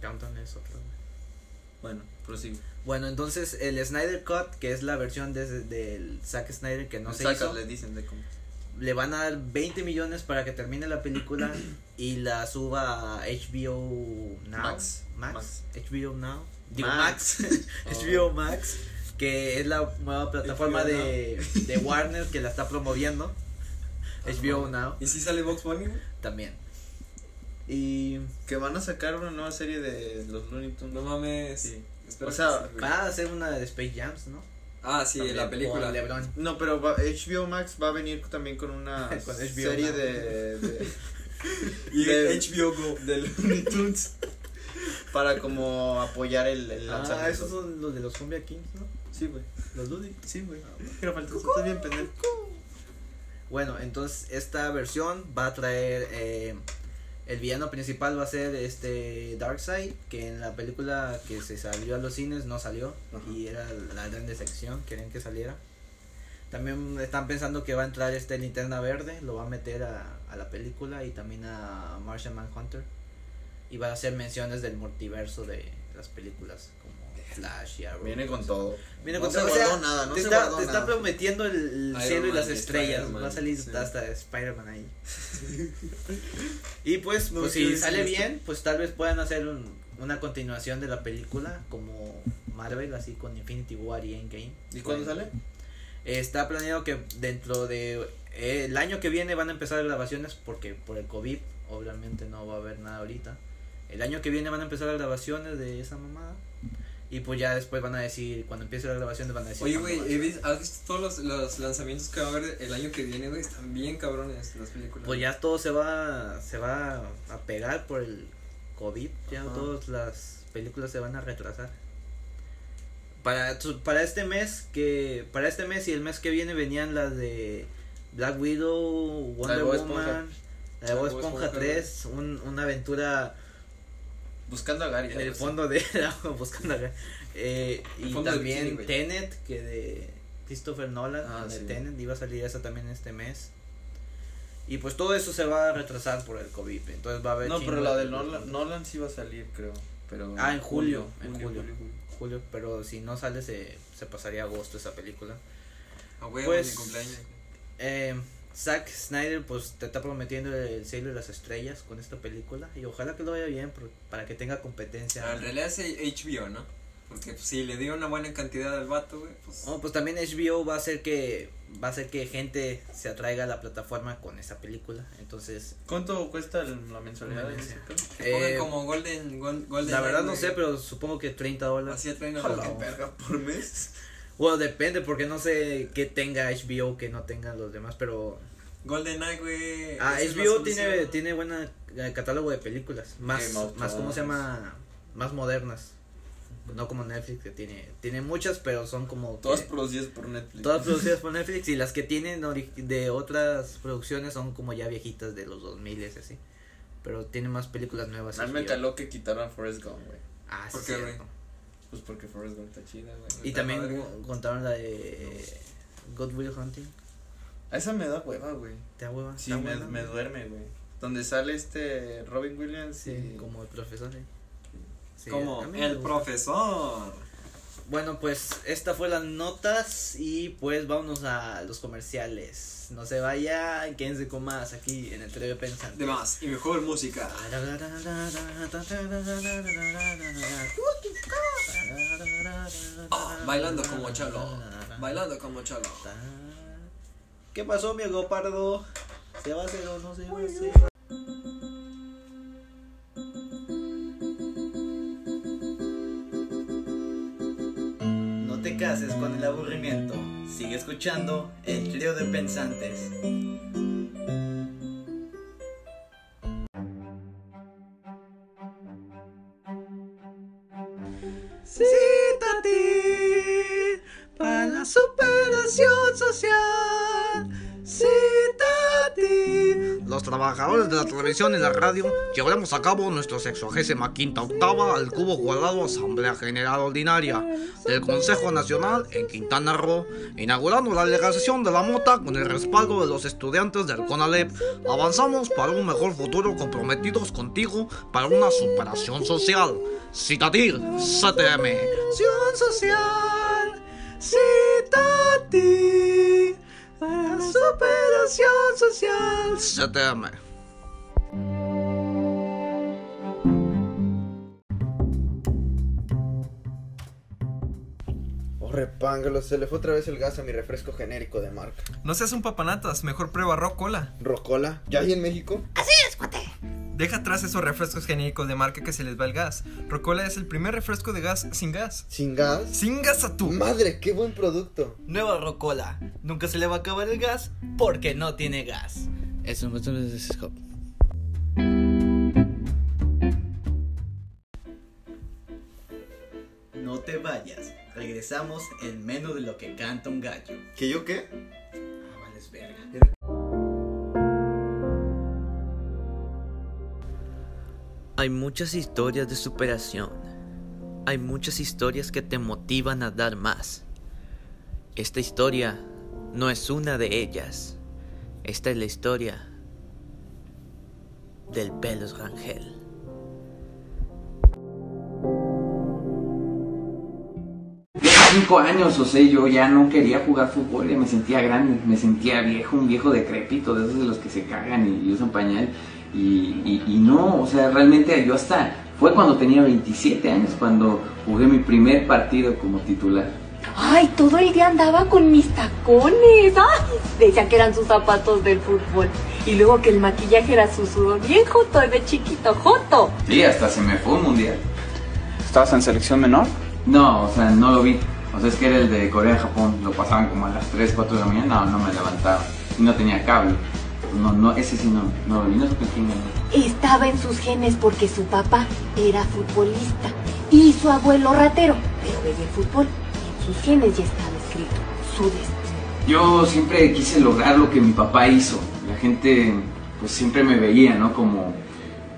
Speaker 3: Countdown es otro.
Speaker 1: Bueno, prosigue.
Speaker 3: Bueno, entonces el Snyder Cut, que es la versión desde del Zack Snyder que no
Speaker 1: No
Speaker 3: se
Speaker 1: sacas,
Speaker 3: hizo,
Speaker 1: le
Speaker 3: le...
Speaker 1: dicen de cómo.
Speaker 3: van a dar 20 millones para que termine la película y la suba a HBO Now.
Speaker 1: Max.
Speaker 3: Max.
Speaker 1: Max.
Speaker 3: HBO Now. Digo,
Speaker 1: Max. (laughs) Oh.
Speaker 3: Max. HBO Max, que es la nueva plataforma
Speaker 2: HBO
Speaker 3: de, de Warner que la está promoviendo. HBO Now
Speaker 2: ¿Y si sale Box Bunny? güey?
Speaker 3: también. Y
Speaker 1: Que van a sacar una nueva serie de los Looney Tunes.
Speaker 2: No mames.
Speaker 1: Sí.
Speaker 2: Espero
Speaker 1: O sea,
Speaker 2: que sí, güey.
Speaker 3: va a hacer una de Space Jams, ¿no?
Speaker 2: Ah, sí,
Speaker 1: también
Speaker 2: la película.
Speaker 3: Con LeBron.
Speaker 1: No, pero va- HBO Max va a venir también con una
Speaker 3: Con HBO
Speaker 1: serie
Speaker 3: Now.
Speaker 1: de, de,
Speaker 2: Y
Speaker 1: de-
Speaker 2: HBO Go. (laughs)
Speaker 1: de Looney Tunes para como apoyar el, el lanzamiento.
Speaker 3: Ah, esos son los de los Cumbia Kings, ¿no?
Speaker 1: Sí, güey.
Speaker 3: Los Ludwig.
Speaker 1: Sí, güey. Pero falta, estás bien pendejo.
Speaker 3: Bueno, entonces esta versión va a traer eh, el villano principal va a ser este Darkseid, que en la película que se salió a los cines no salió
Speaker 1: Ajá.
Speaker 3: y era la gran decepción, querían que saliera. También están pensando que va a entrar este Linterna Verde, lo va a meter a, a la película y también a Martian Manhunter. Y va a hacer menciones del multiverso de las películas como Flash y Arrow.
Speaker 1: Viene con todo.
Speaker 3: Viene
Speaker 1: no
Speaker 3: con
Speaker 1: se
Speaker 3: todo, o
Speaker 1: guardó
Speaker 3: sea,
Speaker 1: nada, no
Speaker 3: te
Speaker 1: se
Speaker 3: está,
Speaker 1: guardó
Speaker 3: te está
Speaker 1: nada.
Speaker 3: prometiendo el
Speaker 2: Iron
Speaker 3: cielo y
Speaker 2: Man
Speaker 3: las
Speaker 2: y
Speaker 3: estrellas.
Speaker 2: Spider-Man,
Speaker 3: Va a salir
Speaker 2: sí.
Speaker 3: hasta Spider-Man ahí. (laughs) y pues,
Speaker 2: No
Speaker 3: pues
Speaker 2: quiero
Speaker 3: si
Speaker 2: decir
Speaker 3: sale
Speaker 2: esto.
Speaker 3: bien, pues tal vez puedan hacer un- una continuación de la película como Marvel, así con Infinity War y Endgame.
Speaker 1: ¿Y cuándo sale?
Speaker 3: Está planeado que dentro de eh, el año que viene van a empezar grabaciones porque por el COVID obviamente no va a haber nada ahorita. El año que viene van a empezar las grabaciones de esa mamada. Y pues ya después van a decir, cuando empiece la grabación van a decir.
Speaker 2: Oye,
Speaker 3: cuándo
Speaker 2: güey, eh,
Speaker 3: va a
Speaker 2: ¿he
Speaker 3: ser.
Speaker 2: vis- ¿has visto todos los, los lanzamientos que va a haber el año que viene, güey? Están bien cabrones las películas.
Speaker 3: Pues ya todo se va, se va a pegar por el COVID. Ya
Speaker 2: Ajá.
Speaker 3: todas las películas se van a retrasar. Para, tu- para este mes que para este mes y el mes que viene venían las de Black Widow, Wonder
Speaker 1: Bob Esponja.
Speaker 3: Woman, la de Bob Esponja 3, un- una aventura
Speaker 1: Buscando a Gary.
Speaker 3: en el
Speaker 1: algo así.
Speaker 3: fondo de (laughs) la buscando acá. Eh,
Speaker 2: El
Speaker 3: y
Speaker 2: fondo del
Speaker 3: también
Speaker 2: cine, güey.
Speaker 3: Tenet que de Christopher Nolan
Speaker 1: Ah,
Speaker 3: la de
Speaker 1: sí.
Speaker 3: Tenet iba a salir esa también este mes y pues todo eso se va a retrasar por el covid entonces va a haber
Speaker 1: No,
Speaker 3: chingo
Speaker 1: pero la
Speaker 3: de
Speaker 1: de
Speaker 3: películas.
Speaker 1: Nolan, Nolan sí va a salir, creo. Pero
Speaker 3: Ah, en julio, en julio. julio pero si no sale se, se pasaría a agosto esa película
Speaker 2: A huevo,
Speaker 3: pues-
Speaker 2: mi cumpleaños.
Speaker 3: eh, Zack Snyder pues te está prometiendo el cielo y las estrellas con esta película y ojalá que lo vaya bien por- para que tenga competencia
Speaker 1: Ah,
Speaker 2: Pero en realidad es HBO, ¿no? Porque pues, si le dio una buena cantidad al vato, güey, pues.
Speaker 3: Oh, pues también HBO va a hacer que va a hacer que gente se atraiga a la plataforma con esa película. Entonces,
Speaker 1: ¿Cuánto cuesta el- la mensualidad?
Speaker 3: Una
Speaker 1: de ese
Speaker 3: mensualidad.
Speaker 1: pedo?
Speaker 2: que pongan
Speaker 3: eh,
Speaker 2: como Golden. Gol- Golden
Speaker 3: la verdad
Speaker 2: Eye,
Speaker 3: no
Speaker 2: güey.
Speaker 3: sé, pero supongo que 30 dólares.
Speaker 2: Así atraen a
Speaker 3: Jala,
Speaker 2: los que
Speaker 3: güey.
Speaker 2: perro.
Speaker 1: Ah, Verga, por mes.
Speaker 3: Bueno, depende porque no sé qué tenga HBO que no tengan los demás, pero
Speaker 2: Golden Eye, güey. esa
Speaker 3: ah,
Speaker 2: Eh, es la
Speaker 3: HBO tiene
Speaker 2: solución.
Speaker 3: tiene buen catálogo de películas, más
Speaker 1: Game of
Speaker 3: más cómo se
Speaker 1: Thrones.
Speaker 3: llama, más modernas. No como Netflix que tiene tiene muchas, pero son como que-
Speaker 1: Todas producidas por Netflix.
Speaker 3: Todas producidas por Netflix y las que tienen ori- de otras producciones son como ya viejitas de los 2000 y así. Pero tienen más películas nuevas.
Speaker 1: A mí me
Speaker 3: HBO.
Speaker 1: caló que quitaran Forrest Gump, güey.
Speaker 3: Ah, sí.
Speaker 2: ¿Por qué, güey?
Speaker 3: cierto.
Speaker 1: Pues porque Forrest Gump está chida, güey.
Speaker 3: Y
Speaker 2: Está
Speaker 3: también
Speaker 2: madre.
Speaker 3: gu- contaron la de God Will Hunting.
Speaker 1: A esa me da hueva, güey.
Speaker 3: ¿Te da hueva?
Speaker 1: Sí,
Speaker 3: ¿Está
Speaker 1: me,
Speaker 3: buena?
Speaker 1: me duerme, Ah, güey. Donde sale este Robin Williams
Speaker 3: Sí,
Speaker 1: y...
Speaker 3: como el profesor. ¿eh? Sí,
Speaker 2: Como
Speaker 3: a mí me
Speaker 2: el
Speaker 3: gusta.
Speaker 2: profesor.
Speaker 3: Bueno, pues esta fue las notas y pues vámonos a los comerciales. No se vayan, quédense con más aquí en el TV Pensante.
Speaker 2: De más y mejor música. Ah, bailando como chalo. Bailando como chalo.
Speaker 3: ¿Qué pasó, mi leopardo? ¿Se va a hacer o no se va a hacer? No te cases.
Speaker 5: haces con el aburrimiento. Sigue escuchando el trío de pensantes.
Speaker 6: Cita a ti para la superación social. Cita a ti. Los trabajadores de la televisión y la radio llevaremos a cabo nuestra sexagésima quinta octava al cubo cuadrado Asamblea General Ordinaria del Consejo Nacional en Quintana Roo, inaugurando la legalización de la mota con el respaldo de los estudiantes del CONALEP. Avanzamos para un mejor futuro comprometidos contigo para una superación social. Citatir, CTM. Acción social, citati para superación social. CTM.
Speaker 1: Oh, repángalo, se le fue otra vez el gas a mi refresco genérico de marca.
Speaker 2: No seas un papanatas, mejor prueba Rocola.
Speaker 1: ¿Rocola? ¿Ya hay en México?
Speaker 2: Deja atrás esos refrescos genéricos de marca que se les va el gas. Rocola es el primer refresco de gas sin gas.
Speaker 1: ¿Sin gas?
Speaker 2: ¡Sin gas a tu!
Speaker 1: ¡Madre, qué buen producto!
Speaker 5: Nueva Rocola. Nunca se le va a acabar el gas porque no tiene gas. Es
Speaker 7: pues,
Speaker 5: un No te vayas. Regresamos en menos de lo que canta un gallo.
Speaker 1: ¿Que yo qué?
Speaker 5: Ah, vales verga.
Speaker 7: Hay muchas historias de superación. Hay muchas historias que te motivan a dar más. Esta historia no es una de ellas. Esta es la historia del Pelos Rangel.
Speaker 8: cinco años, o sea, yo ya no quería jugar fútbol, ya me sentía grande, me sentía viejo, un viejo decrépito, de esos de los que se cagan y, y usan pañal, y, y- y no, o sea, realmente yo hasta, fue cuando tenía 27 años, cuando jugué mi primer partido como titular.
Speaker 9: Ay, todo el día andaba con mis tacones. Ay, decía que eran sus zapatos del fútbol. Y luego que el maquillaje era su sudor bien joto, de chiquito joto.
Speaker 8: Y hasta se me fue un mundial.
Speaker 10: ¿Estabas en selección menor?
Speaker 8: No, o sea, no lo vi. O sea, es que era el de Corea-Japón, lo pasaban como a las 3, 4 de la mañana, no, no me levantaba, y no tenía cable. No, no, ese sí no, no lo vi, no supe quién ganó.
Speaker 9: Estaba en sus genes porque su papá era futbolista y su abuelo ratero. Pero veía el fútbol y en sus genes ya estaba escrito su destino.
Speaker 8: Yo siempre quise lograr lo que mi papá hizo. La gente pues siempre me veía, ¿no? Como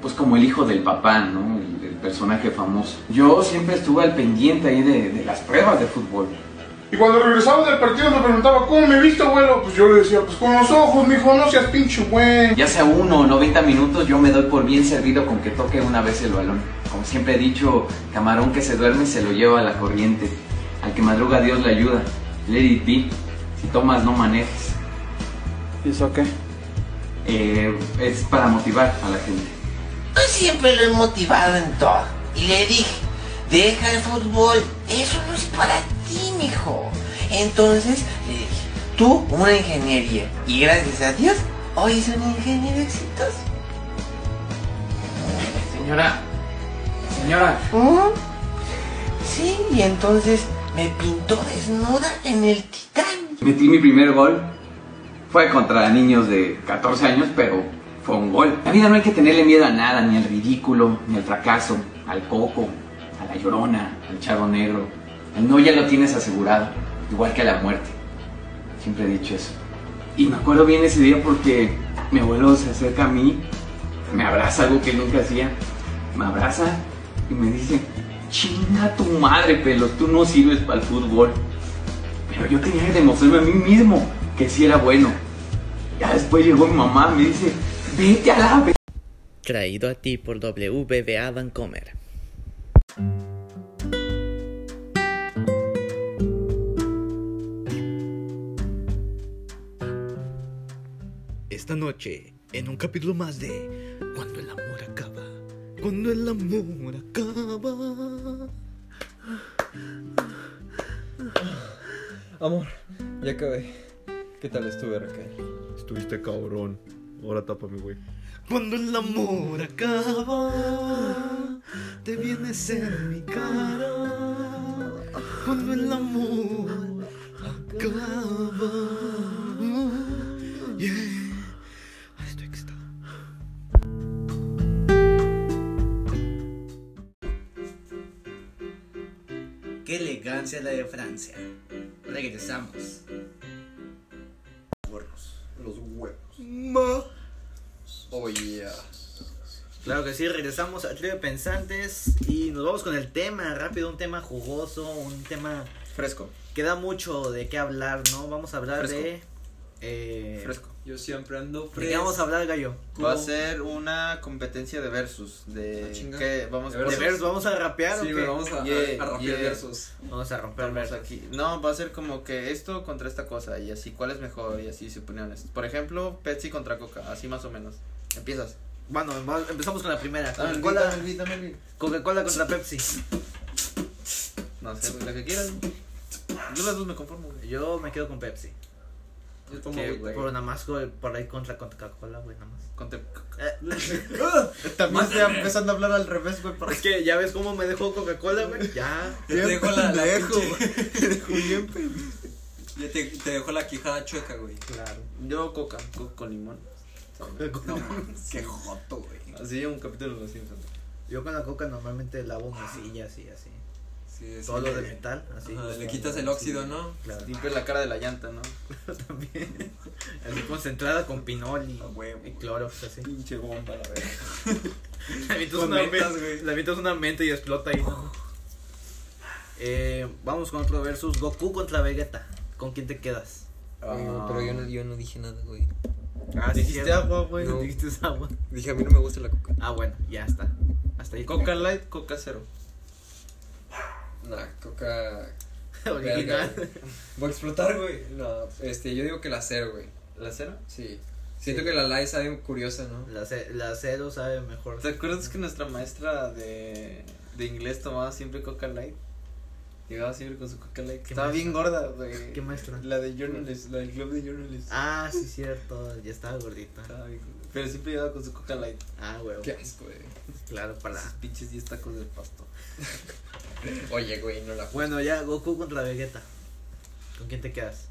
Speaker 8: pues como el hijo del papá, ¿no? El, el personaje famoso. Yo siempre estuve al pendiente ahí de, de las pruebas de fútbol.
Speaker 11: Y cuando regresaba del partido me preguntaba, ¿cómo me viste, abuelo? Pues yo le decía, pues con los ojos, mijo, no seas pinche güey.
Speaker 8: Ya sea uno o 90 minutos, yo me doy por bien servido con que toque una vez el balón. Como siempre he dicho, camarón que se duerme se lo lleva a la corriente. Al que madruga Dios le ayuda. Let it be. Si tomas, no manejes.
Speaker 10: ¿Y eso qué?
Speaker 8: Eh, es para motivar a la gente.
Speaker 6: Yo siempre lo he motivado en todo. Y le dije, deja el fútbol, eso no es para ti, mijo. Entonces le dije, tú una ingeniería. Y gracias a Dios, hoy es un ingeniero exitoso.
Speaker 8: Señora, señora,
Speaker 6: ¿Mm? Sí, y entonces me pintó desnuda en el titán.
Speaker 8: Metí mi primer gol. Fue contra niños de 14 años, pero fue un gol. En la vida no hay que tenerle miedo a nada, ni al ridículo, ni al fracaso, al coco, a la llorona, al charro negro. El no ya lo tienes asegurado, igual que a la muerte. Siempre he dicho eso. Y me acuerdo bien ese día porque mi abuelo se acerca a mí, me abraza, algo que nunca hacía. Me abraza y me dice, chinga tu madre, pelos, tú no sirves para el fútbol. Pero yo tenía que demostrarme a mí mismo que sí era bueno. Ya después llegó mi mamá, me dice, vete a la ve-".
Speaker 7: Traído a ti por WBA Vancomer.
Speaker 6: Esta noche, en un capítulo más de Cuando el amor acaba, cuando el amor acaba.
Speaker 2: Amor, ya acabé. ¿Qué tal estuve, Raquel?
Speaker 11: Estuviste cabrón. Ahora tápame, güey.
Speaker 6: Cuando el amor acaba, te vienes en mi cara. Cuando el amor acabó. Yeah. Ah,
Speaker 12: Qué elegancia la de Francia. Regresamos.
Speaker 1: Los huevos.
Speaker 3: Oye. Claro que sí, regresamos a Trio de Pensantes y nos vamos con el tema rápido, un tema jugoso, un tema
Speaker 1: fresco.
Speaker 3: Que da mucho de qué hablar, ¿no? Vamos a hablar
Speaker 1: Fresco.
Speaker 3: de... eh,
Speaker 1: Fresco.
Speaker 2: Yo siempre ando
Speaker 3: ¿De qué vamos a hablar, gallo?
Speaker 1: Va a ser una competencia de versus.
Speaker 2: Ah,
Speaker 1: De
Speaker 2: chinga.
Speaker 1: que vamos
Speaker 3: ¿De versus? ¿Vamos a rapear o
Speaker 1: Sí,
Speaker 3: qué?
Speaker 1: güey, vamos a,
Speaker 2: Yeah,
Speaker 1: a rapear
Speaker 2: yeah.
Speaker 1: versus.
Speaker 3: Vamos a romper
Speaker 1: Estamos aquí. No, va a ser como que esto contra esta cosa y así cuál es mejor y así se ponían esto. Por ejemplo, Pepsi contra Coca, así más o menos. Empiezas.
Speaker 3: Bueno, va- empezamos con la primera.
Speaker 1: Dame el
Speaker 3: Coca-Cola
Speaker 1: beat, dame el beat, dame el beat.
Speaker 3: Coca-Cola contra Pepsi.
Speaker 1: No sé, güey, la que quieras. (laughs) Yo las dos me conformo, güey.
Speaker 3: Yo me quedo con Pepsi.
Speaker 2: Yo tomo
Speaker 3: Que,
Speaker 2: agüita, güey.
Speaker 3: por nada más co- por ahí contra contra Coca-Cola, güey, nada más.
Speaker 1: Contra-
Speaker 3: Eh,
Speaker 1: También se va empezando a hablar al revés, güey. Porque
Speaker 3: es que ya ves cómo me dejó Coca-Cola, güey. Ya.
Speaker 2: Yo te dejo la, la
Speaker 1: Pendejo,
Speaker 2: pinche- (laughs)
Speaker 1: güey. Bien pendejo.
Speaker 2: Yo te, te dejo la quijada chueca, güey.
Speaker 3: Claro.
Speaker 1: Yo Coca, Coca con limón.
Speaker 2: No mames, (laughs) qué joto, güey.
Speaker 1: Así un capítulo de los Simpsons.
Speaker 3: Yo con la coca normalmente lavo
Speaker 2: Ah.
Speaker 3: sillas y así.
Speaker 2: Sí, sí.
Speaker 3: Todo lo de metal, así.
Speaker 2: Ajá,
Speaker 3: los
Speaker 2: le
Speaker 3: pongo
Speaker 2: quitas el
Speaker 3: así,
Speaker 2: óxido, ¿no?
Speaker 3: Claro,
Speaker 1: Limpia la cara de la llanta, ¿no?
Speaker 3: también. (laughs) Así concentrada con pinol y,
Speaker 2: A huevo,
Speaker 3: y cloro,
Speaker 2: (laughs)
Speaker 3: pues, así.
Speaker 1: Pinche bomba, la verdad.
Speaker 3: Le avientas
Speaker 2: Con
Speaker 3: una
Speaker 2: mentas,
Speaker 3: men-
Speaker 2: güey.
Speaker 3: le avientas una menta y explota ahí. ¿no? Eh, vamos con otro versus Goku contra Vegeta. ¿Con quién te quedas?
Speaker 2: Ah. Pero yo no, yo no dije nada, güey.
Speaker 3: Ah, sí,
Speaker 1: Dijiste
Speaker 3: cierto.
Speaker 1: agua, güey.
Speaker 2: No.
Speaker 3: Dijiste agua.
Speaker 2: Dije, a mí no me gusta la coca.
Speaker 3: Ah, bueno, ya está. Hasta ahí.
Speaker 1: Coca Light, Coca Cero.
Speaker 2: Nah, coca.
Speaker 3: (laughs) Original.
Speaker 2: Verga, güey. Voy a explotar, güey. No, este, yo digo que la cero, güey.
Speaker 1: ¿La cero?
Speaker 2: Sí. Siento que la light sabe curiosa, ¿no?
Speaker 3: La, ce- la cero sabe mejor.
Speaker 1: ¿Te acuerdas que nuestra maestra de, de inglés tomaba siempre Coca Light? Llegaba siempre con su Coca Light.
Speaker 3: ¿Qué
Speaker 1: Estaba
Speaker 3: maestra?
Speaker 1: bien gorda, güey.
Speaker 3: ¿Qué maestra?
Speaker 1: La de Journalist, la del club de Journalist.
Speaker 3: Ah, sí, cierto. Ya estaba gordita.
Speaker 1: Estaba bien gorda. Pero siempre llegaba con su Coca Light.
Speaker 3: Ah, huevo.
Speaker 2: Qué asco, eh. güey.
Speaker 3: Claro, para.
Speaker 1: Sus pinches 10 tacos de pasto.
Speaker 2: Oye, güey, no la juego.
Speaker 3: Bueno, ya Goku contra Vegeta. ¿Con quién te quedas?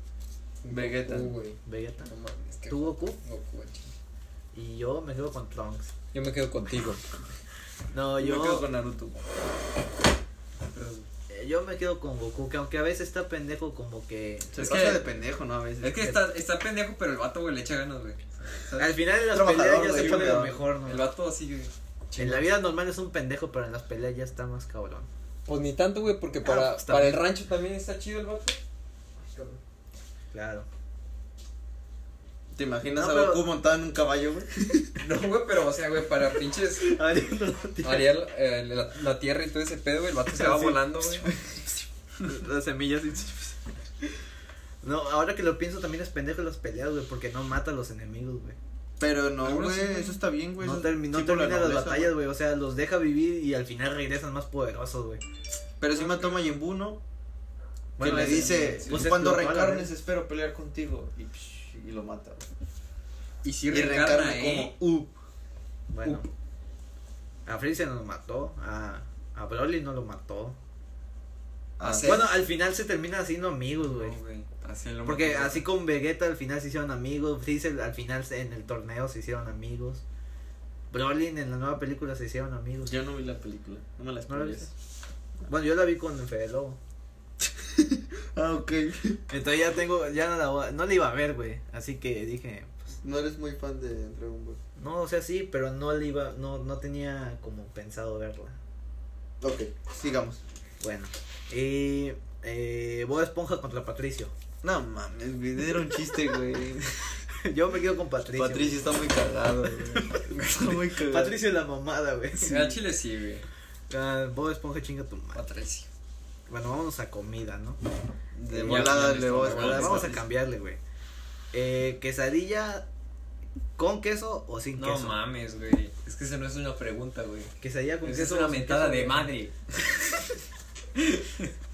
Speaker 1: Vegeta.
Speaker 2: güey.
Speaker 3: Vegeta.
Speaker 2: No mames, qué
Speaker 3: ¿Tú Goku?
Speaker 2: Goku, güey.
Speaker 3: Y yo me quedo con Trunks.
Speaker 2: Yo me quedo contigo.
Speaker 3: (laughs) No,
Speaker 1: Yo
Speaker 3: yo
Speaker 1: me quedo con Naruto.
Speaker 3: eh, yo me quedo con Goku, que aunque a veces está pendejo como que
Speaker 1: Se
Speaker 2: Es
Speaker 1: pasa
Speaker 2: que-
Speaker 1: de pendejo, ¿no? A veces.
Speaker 2: Es que está, está pendejo, pero el vato, güey, le echa ganas, güey.
Speaker 3: al final en las
Speaker 1: Trabajador,
Speaker 3: peleas ya
Speaker 1: güey,
Speaker 3: se pone lo
Speaker 1: trabajador.
Speaker 3: mejor,
Speaker 2: El
Speaker 3: ¿no?
Speaker 2: vato así, güey.
Speaker 3: En la vida normal es un pendejo, pero en las peleas ya está más cabrón.
Speaker 2: Pues ni tanto, güey, porque
Speaker 3: para- pues, para el también.
Speaker 2: rancho también está chido el vato.
Speaker 3: (laughs) Claro.
Speaker 1: ¿Te imaginas
Speaker 3: No,
Speaker 1: a
Speaker 3: pero-
Speaker 1: Goku montado en un caballo, güey?
Speaker 2: No, güey, pero, o sea, güey, para pinches. Ariel, eh, la, la tierra y todo ese pedo, güey, el vato se va
Speaker 3: (laughs) Sí.
Speaker 2: volando, güey.
Speaker 3: (laughs) las semillas y No, ahora que lo pienso también es pendejo en las peleas, güey, porque no mata a los enemigos, güey.
Speaker 1: Pero no,
Speaker 2: Algunos
Speaker 1: güey.
Speaker 2: sí, güey.
Speaker 1: eso está bien, güey.
Speaker 3: No,
Speaker 1: eso Pues es
Speaker 3: termi- no
Speaker 1: símbolo de
Speaker 3: termina las
Speaker 1: nobleza,
Speaker 3: batallas, güey, o sea, los deja vivir y al final regresan más poderosos, güey.
Speaker 1: Pero si mató a Majin Buu, ¿no?
Speaker 3: Bueno,
Speaker 1: que le
Speaker 3: ese-
Speaker 1: dice,
Speaker 3: sí. Pues explotó
Speaker 1: cuando
Speaker 3: a la
Speaker 1: reencarnes
Speaker 3: vez.
Speaker 1: espero pelear contigo. Y, psh, y lo mata. güey.
Speaker 2: Y si
Speaker 1: y
Speaker 2: reencarna, ¿eh?
Speaker 1: como "Uh". U.
Speaker 3: Bueno. A Freezer nos mató, a, a Broly no lo mató.
Speaker 1: Ah,
Speaker 2: Hace-
Speaker 3: Bueno, al final se termina haciendo amigos, güey.
Speaker 2: No, güey, así lo
Speaker 3: Porque
Speaker 2: mató, güey. (laughs)
Speaker 3: así con Vegeta al final se hicieron amigos, Freezer al final se- en el torneo se hicieron amigos. Broly en la nueva película se hicieron amigos.
Speaker 1: Yo no vi la película, no me la
Speaker 3: ¿No la
Speaker 1: spoilees.
Speaker 3: viste? Bueno, yo la vi con Fede Lobo.
Speaker 1: Ah, ok. (laughs)
Speaker 3: Entonces ya tengo, ya no la, voy- no la iba a ver, güey. Así que dije,
Speaker 1: No eres muy fan de Dragon Ball.
Speaker 3: no, o sea, sí, pero no la iba, no, no tenía como pensado verla.
Speaker 1: Ok, sigamos.
Speaker 3: Bueno, y eh, Bob Esponja contra Patricio. (laughs)
Speaker 1: No mames, güey, era un chiste, güey.
Speaker 3: Yo me quedo con Patricio.
Speaker 1: (laughs) Patricio está muy cagado, güey. (laughs) Está muy cagado.
Speaker 3: Patricio es la mamada, güey. (laughs)
Speaker 2: Al chile sí, güey.
Speaker 3: Ah, Bob Esponja chinga tu madre.
Speaker 2: Patricio.
Speaker 3: Bueno, vámonos a comida, ¿no?
Speaker 1: de
Speaker 2: Ya,
Speaker 1: volada
Speaker 2: ya
Speaker 1: le voy a
Speaker 2: está,
Speaker 3: Bueno,
Speaker 2: Bob
Speaker 3: vamos a
Speaker 2: Esponja.
Speaker 3: cambiarle, güey. Eh, quesadilla con queso o sin
Speaker 2: No
Speaker 3: queso.
Speaker 2: mames, güey. Es que eso no es una pregunta, güey.
Speaker 3: Quesadilla con
Speaker 2: Esa es
Speaker 3: queso.
Speaker 2: una
Speaker 3: o sin
Speaker 2: mentada
Speaker 3: queso,
Speaker 2: de
Speaker 3: güey.
Speaker 2: madre.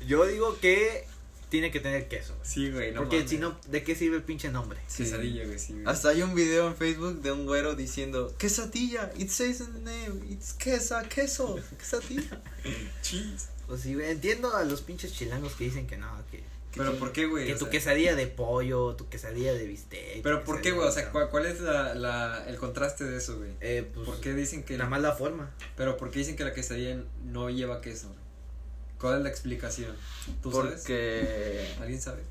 Speaker 3: Yo digo que tiene que tener queso. güey.
Speaker 2: Sí, güey, no
Speaker 3: Porque
Speaker 2: mames.
Speaker 3: si no, ¿de qué sirve el pinche nombre?
Speaker 2: Quesadilla, güey, sí, güey.
Speaker 1: Hasta hay un video en Facebook de un güero diciendo, quesadilla, it says in the name, it's quesa, queso, quesadilla.
Speaker 2: Cheese.
Speaker 3: Pues sí, güey, entiendo a los pinches chilangos que dicen que no, que,
Speaker 2: ¿Pero
Speaker 3: tú-
Speaker 2: por qué, güey?
Speaker 3: Que
Speaker 2: O
Speaker 3: tu
Speaker 2: sea-
Speaker 3: quesadilla de pollo, tu quesadilla de bistec.
Speaker 2: Pero
Speaker 3: tu
Speaker 2: ¿por qué,
Speaker 3: quesadilla
Speaker 2: güey? O
Speaker 3: de-
Speaker 2: sea, ¿cuál, cuál es la, la- el contraste de eso, güey? ¿Por qué dicen que...
Speaker 3: nada más pues, la
Speaker 2: (laughs)
Speaker 3: forma.
Speaker 2: Pero ¿por qué dicen que la quesadilla no lleva queso? ¿Cuál es la explicación? ¿Tú
Speaker 1: Porque-
Speaker 2: sabes? ¿Alguien sabe?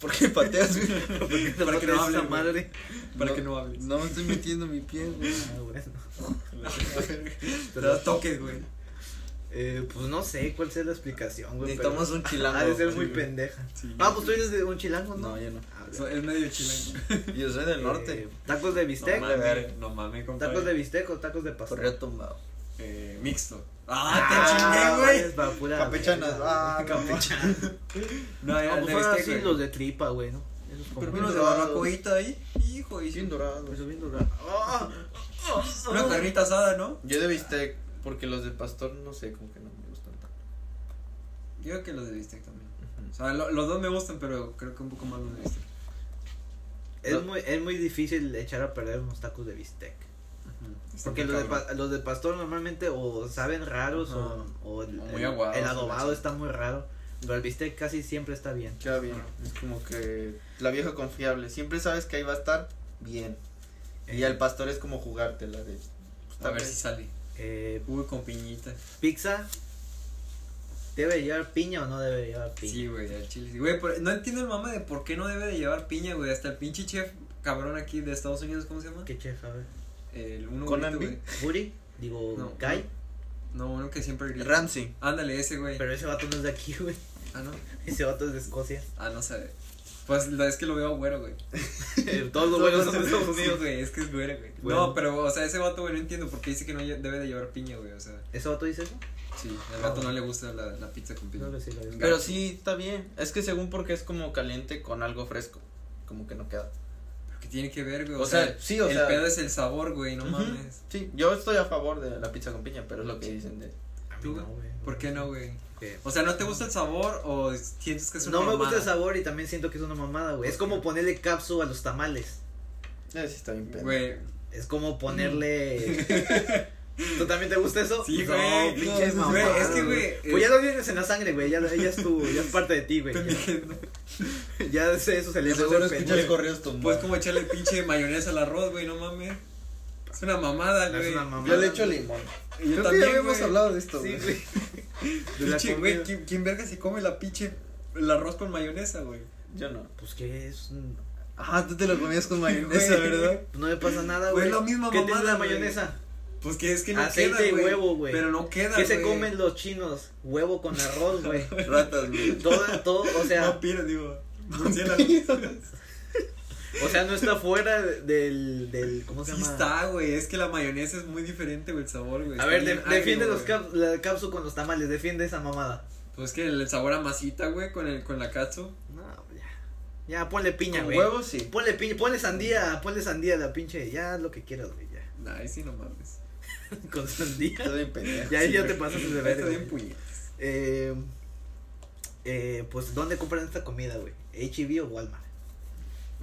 Speaker 1: ¿Por
Speaker 2: (laughs)
Speaker 1: qué pateas, güey?
Speaker 2: Para que no hable,
Speaker 1: la
Speaker 2: güey. (laughs)
Speaker 1: madre.
Speaker 2: Para que no hables.
Speaker 1: No me estoy metiendo mi pie, güey.
Speaker 3: Ah, bueno.
Speaker 2: Te das toques, güey.
Speaker 3: Eh, pues no sé cuál sea la explicación, güey. pero-
Speaker 1: Necesitamos un
Speaker 2: (laughs)
Speaker 1: chilango.
Speaker 3: Ha de ser
Speaker 1: Sí,
Speaker 3: muy
Speaker 1: güey.
Speaker 3: pendeja.
Speaker 2: Sí.
Speaker 3: Ah, pues tú eres de un chilango, ¿no?
Speaker 1: No, yo no.
Speaker 3: Ah,
Speaker 2: So- (laughs) Es medio chilango.
Speaker 1: Yo soy del norte.
Speaker 3: Eh, tacos de bistec.
Speaker 2: No mames, no mames, compadre.
Speaker 3: tacos de bistec o tacos de pastor.
Speaker 1: Correo tumbado.
Speaker 2: Eh, mixto. ¡Ah, te chingué, güey!
Speaker 1: Campechanas, ah, no.
Speaker 3: Campechanas.
Speaker 2: No,
Speaker 3: Ah,
Speaker 2: era el
Speaker 4: Este,
Speaker 3: pues
Speaker 2: de
Speaker 3: fueron
Speaker 2: bistec,
Speaker 3: así
Speaker 2: güey.
Speaker 3: los de tripa, güey, ¿no? Esos como-
Speaker 2: Pero unos de barbacoita ahí. Hijo, y
Speaker 1: Bien dorado.
Speaker 3: Eso bien duro. Ah,
Speaker 2: Una carnita asada, ¿no?
Speaker 1: Yo de bistec, porque los de pastor no sé, como que no me gustan tanto.
Speaker 2: Yo creo que los de bistec también. O sea, lo- los dos me gustan, pero creo que un poco más los de bistec.
Speaker 3: Es muy, es muy difícil echar a perder unos tacos de bistec.
Speaker 2: Está
Speaker 3: Porque
Speaker 2: muy
Speaker 3: los de,
Speaker 2: cabrón.
Speaker 3: pa- los de pastor normalmente o saben raros o,
Speaker 1: Ajá.
Speaker 3: o el,
Speaker 1: O muy
Speaker 3: el-
Speaker 1: aguados,
Speaker 3: el
Speaker 1: o
Speaker 3: adobado
Speaker 1: lechosos.
Speaker 3: está muy raro. Pero el bistec casi siempre está bien.
Speaker 1: Queda bien. Es como que la vieja confiable. Siempre sabes que ahí va a estar bien. Y al pastor es como jugártela de. pues,
Speaker 2: A ver si sale.
Speaker 3: Eh,
Speaker 2: Uy, con piñita.
Speaker 3: pizza. ¿Debe llevar piña o no debe llevar piña?
Speaker 2: Sí, güey, al chile. sí. Güey, pero no entiendo el mamá de por qué no debe de llevar piña, güey. Hasta el pinche chef cabrón aquí de Estados Unidos, ¿cómo se llama?
Speaker 3: ¿Qué chef? A ver.
Speaker 2: El uno
Speaker 1: Conan
Speaker 2: güerito,
Speaker 1: Big.
Speaker 2: güey.
Speaker 3: ¿Guri? Digo,
Speaker 2: No,
Speaker 3: Guy.
Speaker 2: No, uno que siempre grita.
Speaker 1: Ramsey.
Speaker 2: Ándale, ese, güey.
Speaker 3: Pero ese vato no es de aquí, (laughs) güey.
Speaker 2: Ah, no.
Speaker 3: Ese vato es de Escocia.
Speaker 2: Ah, no sé. Pues la es que lo veo güero, güey.
Speaker 3: Eh, Todos los buenos son de Estados
Speaker 2: Sí,
Speaker 3: Unidos.
Speaker 2: güey, es que es güero, güey.
Speaker 3: Bueno.
Speaker 2: No, pero, o sea, ese vato, güey, no entiendo por qué dice que no lle- debe de llevar piña, güey. O sea,
Speaker 3: ¿Ese vato dice eso?
Speaker 2: sí, al vato no le gusta la, la pizza con piña.
Speaker 3: No lo sé, lo digo.
Speaker 1: Pero sí, está bien. Es que según porque es como caliente con algo fresco. Como que no queda.
Speaker 2: ¿Qué tiene que ver, güey?
Speaker 1: O sea, sí, o
Speaker 2: el
Speaker 1: sea-
Speaker 2: pedo es el sabor, güey, no
Speaker 1: Ujú.
Speaker 2: mames.
Speaker 1: Sí, yo estoy a favor de la pizza con piña, pero es lo que dicen de.
Speaker 3: A mí
Speaker 2: ¿Tú,
Speaker 3: Ah, no,
Speaker 2: güey?
Speaker 3: güey.
Speaker 2: ¿Por qué no, güey?
Speaker 3: Que-
Speaker 2: O sea, ¿no te gusta el sabor o sientes que es una
Speaker 3: No me gusta el
Speaker 2: mamada?
Speaker 3: sabor y también siento que es una mamada, güey. Es como ponerle capsu a los tamales.
Speaker 1: Eh, sí, está bien pedo.
Speaker 2: Güey,
Speaker 3: Es
Speaker 2: Mm.
Speaker 3: como ponerle.
Speaker 2: (laughs)
Speaker 3: ¿Tú también te gusta eso?
Speaker 2: Sí,
Speaker 3: No,
Speaker 2: güey.
Speaker 3: pinches
Speaker 2: No, güey,
Speaker 3: mamadas,
Speaker 2: es que, güey,
Speaker 3: Pues ya lo tienes en la sangre, güey. Ya, ya es tu. Ya es parte de ti, güey. Ya, ya sé, eso se le
Speaker 1: Seguro
Speaker 3: hace
Speaker 1: escuchas correos
Speaker 2: pues
Speaker 1: tumbados.
Speaker 2: como echarle pinche mayonesa al arroz, güey, no mames. Es una mamada,
Speaker 3: No es
Speaker 2: güey.
Speaker 3: una mamada.
Speaker 1: Yo le echo limón.
Speaker 2: Y yo
Speaker 1: Creo que
Speaker 2: también,
Speaker 1: ya habíamos
Speaker 2: güey.
Speaker 1: hablado de esto,
Speaker 3: Sí,
Speaker 1: güey.
Speaker 3: güey.
Speaker 1: (laughs)
Speaker 3: De la
Speaker 2: Pinche, güey,
Speaker 3: comida.
Speaker 2: ¿quién, quién verga se come la pinche el arroz con mayonesa, güey?
Speaker 1: Yo no.
Speaker 3: Pues que es. un-
Speaker 1: Ah, tú te lo comías con mayonesa,
Speaker 2: Güey.
Speaker 1: ¿verdad?
Speaker 3: No me pasa nada,
Speaker 2: Güey,
Speaker 3: güey.
Speaker 2: la misma
Speaker 3: ¿Qué tiene
Speaker 2: mamada,
Speaker 3: la
Speaker 2: güey.
Speaker 3: mayonesa?
Speaker 2: Pues que es que no
Speaker 3: Aceite
Speaker 2: queda,
Speaker 3: y
Speaker 2: güey.
Speaker 3: huevo, güey.
Speaker 2: Pero no queda,
Speaker 3: ¿Qué se
Speaker 2: güey.
Speaker 3: comen los chinos? Huevo con
Speaker 2: (laughs)
Speaker 3: arroz, güey. (laughs)
Speaker 1: Ratas, güey.
Speaker 3: Todo, todo, o sea,
Speaker 2: Vampiros, digo. Murciélagos. (laughs) Sí
Speaker 3: o sea, no está fuera del, del, ¿cómo se llama?
Speaker 2: está, güey. Es que la mayonesa es muy diferente, güey, el sabor, güey.
Speaker 3: A
Speaker 2: Está
Speaker 3: ver,
Speaker 2: bien
Speaker 3: de-
Speaker 2: agrio,
Speaker 3: defiende los
Speaker 2: güey.
Speaker 3: cap- la capsu con los tamales, defiende esa mamada.
Speaker 2: Pues que el sabor a masita, güey, con el con la katsu.
Speaker 3: No, ya. Ya, ponle piña,
Speaker 1: Con
Speaker 3: güey.
Speaker 1: huevos, sí.
Speaker 3: Ponle piña, ponle sandía, ponle sandía a la pinche, ya lo que quieras, güey,
Speaker 2: (laughs)
Speaker 3: ya.
Speaker 2: Nah, ahí sí no mames.
Speaker 3: Con sandía.
Speaker 1: Todo bien pendejo.
Speaker 3: (laughs) Ya, ahí ya te pasas de
Speaker 2: Ahí
Speaker 3: ver.
Speaker 2: Está bien
Speaker 3: güey.
Speaker 2: puñet.
Speaker 3: Eh, eh, pues, ¿dónde compran esta comida, güey? ¿HB o Walmart?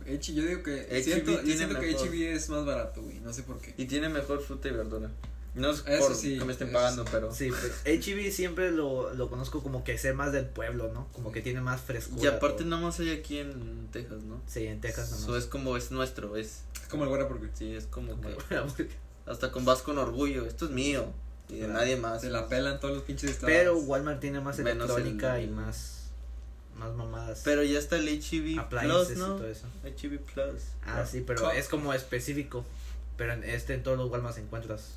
Speaker 2: Echi, yo digo que
Speaker 1: H-E-B
Speaker 2: siento, yo
Speaker 1: tiene
Speaker 2: siento que
Speaker 1: mejor.
Speaker 2: HB es más barato, güey, no sé por qué.
Speaker 1: Y tiene mejor fruta y verdura. No es
Speaker 2: Eso
Speaker 1: por
Speaker 2: sí,
Speaker 1: que me estén
Speaker 2: eso
Speaker 1: pagando,
Speaker 2: sí.
Speaker 1: pero.
Speaker 3: Sí, pues, pero HB siempre lo, lo conozco como que sé más del pueblo, ¿no? Como que tiene más frescura.
Speaker 1: Y aparte
Speaker 3: todo.
Speaker 1: nada más hay aquí en Texas, ¿no?
Speaker 3: Sí, en Texas nomás.
Speaker 1: Eso es como es nuestro, es.
Speaker 2: Es como el guarda porque
Speaker 1: Sí, es como que
Speaker 3: Bueno,
Speaker 1: hasta con vas con orgullo, esto es mío y de nadie más.
Speaker 2: se la pelan todos los pinches estados.
Speaker 3: Pero Walmart tiene más
Speaker 1: Menos
Speaker 3: electrónica
Speaker 1: el-
Speaker 3: y más, más mamadas.
Speaker 1: Pero ya está el HB Plus,
Speaker 3: appliances y
Speaker 1: ¿no?
Speaker 3: todo eso.
Speaker 1: HB Plus.
Speaker 3: Ah, sí, pero
Speaker 2: Co-
Speaker 3: es como específico. Pero en este en todos los Walmart encuentras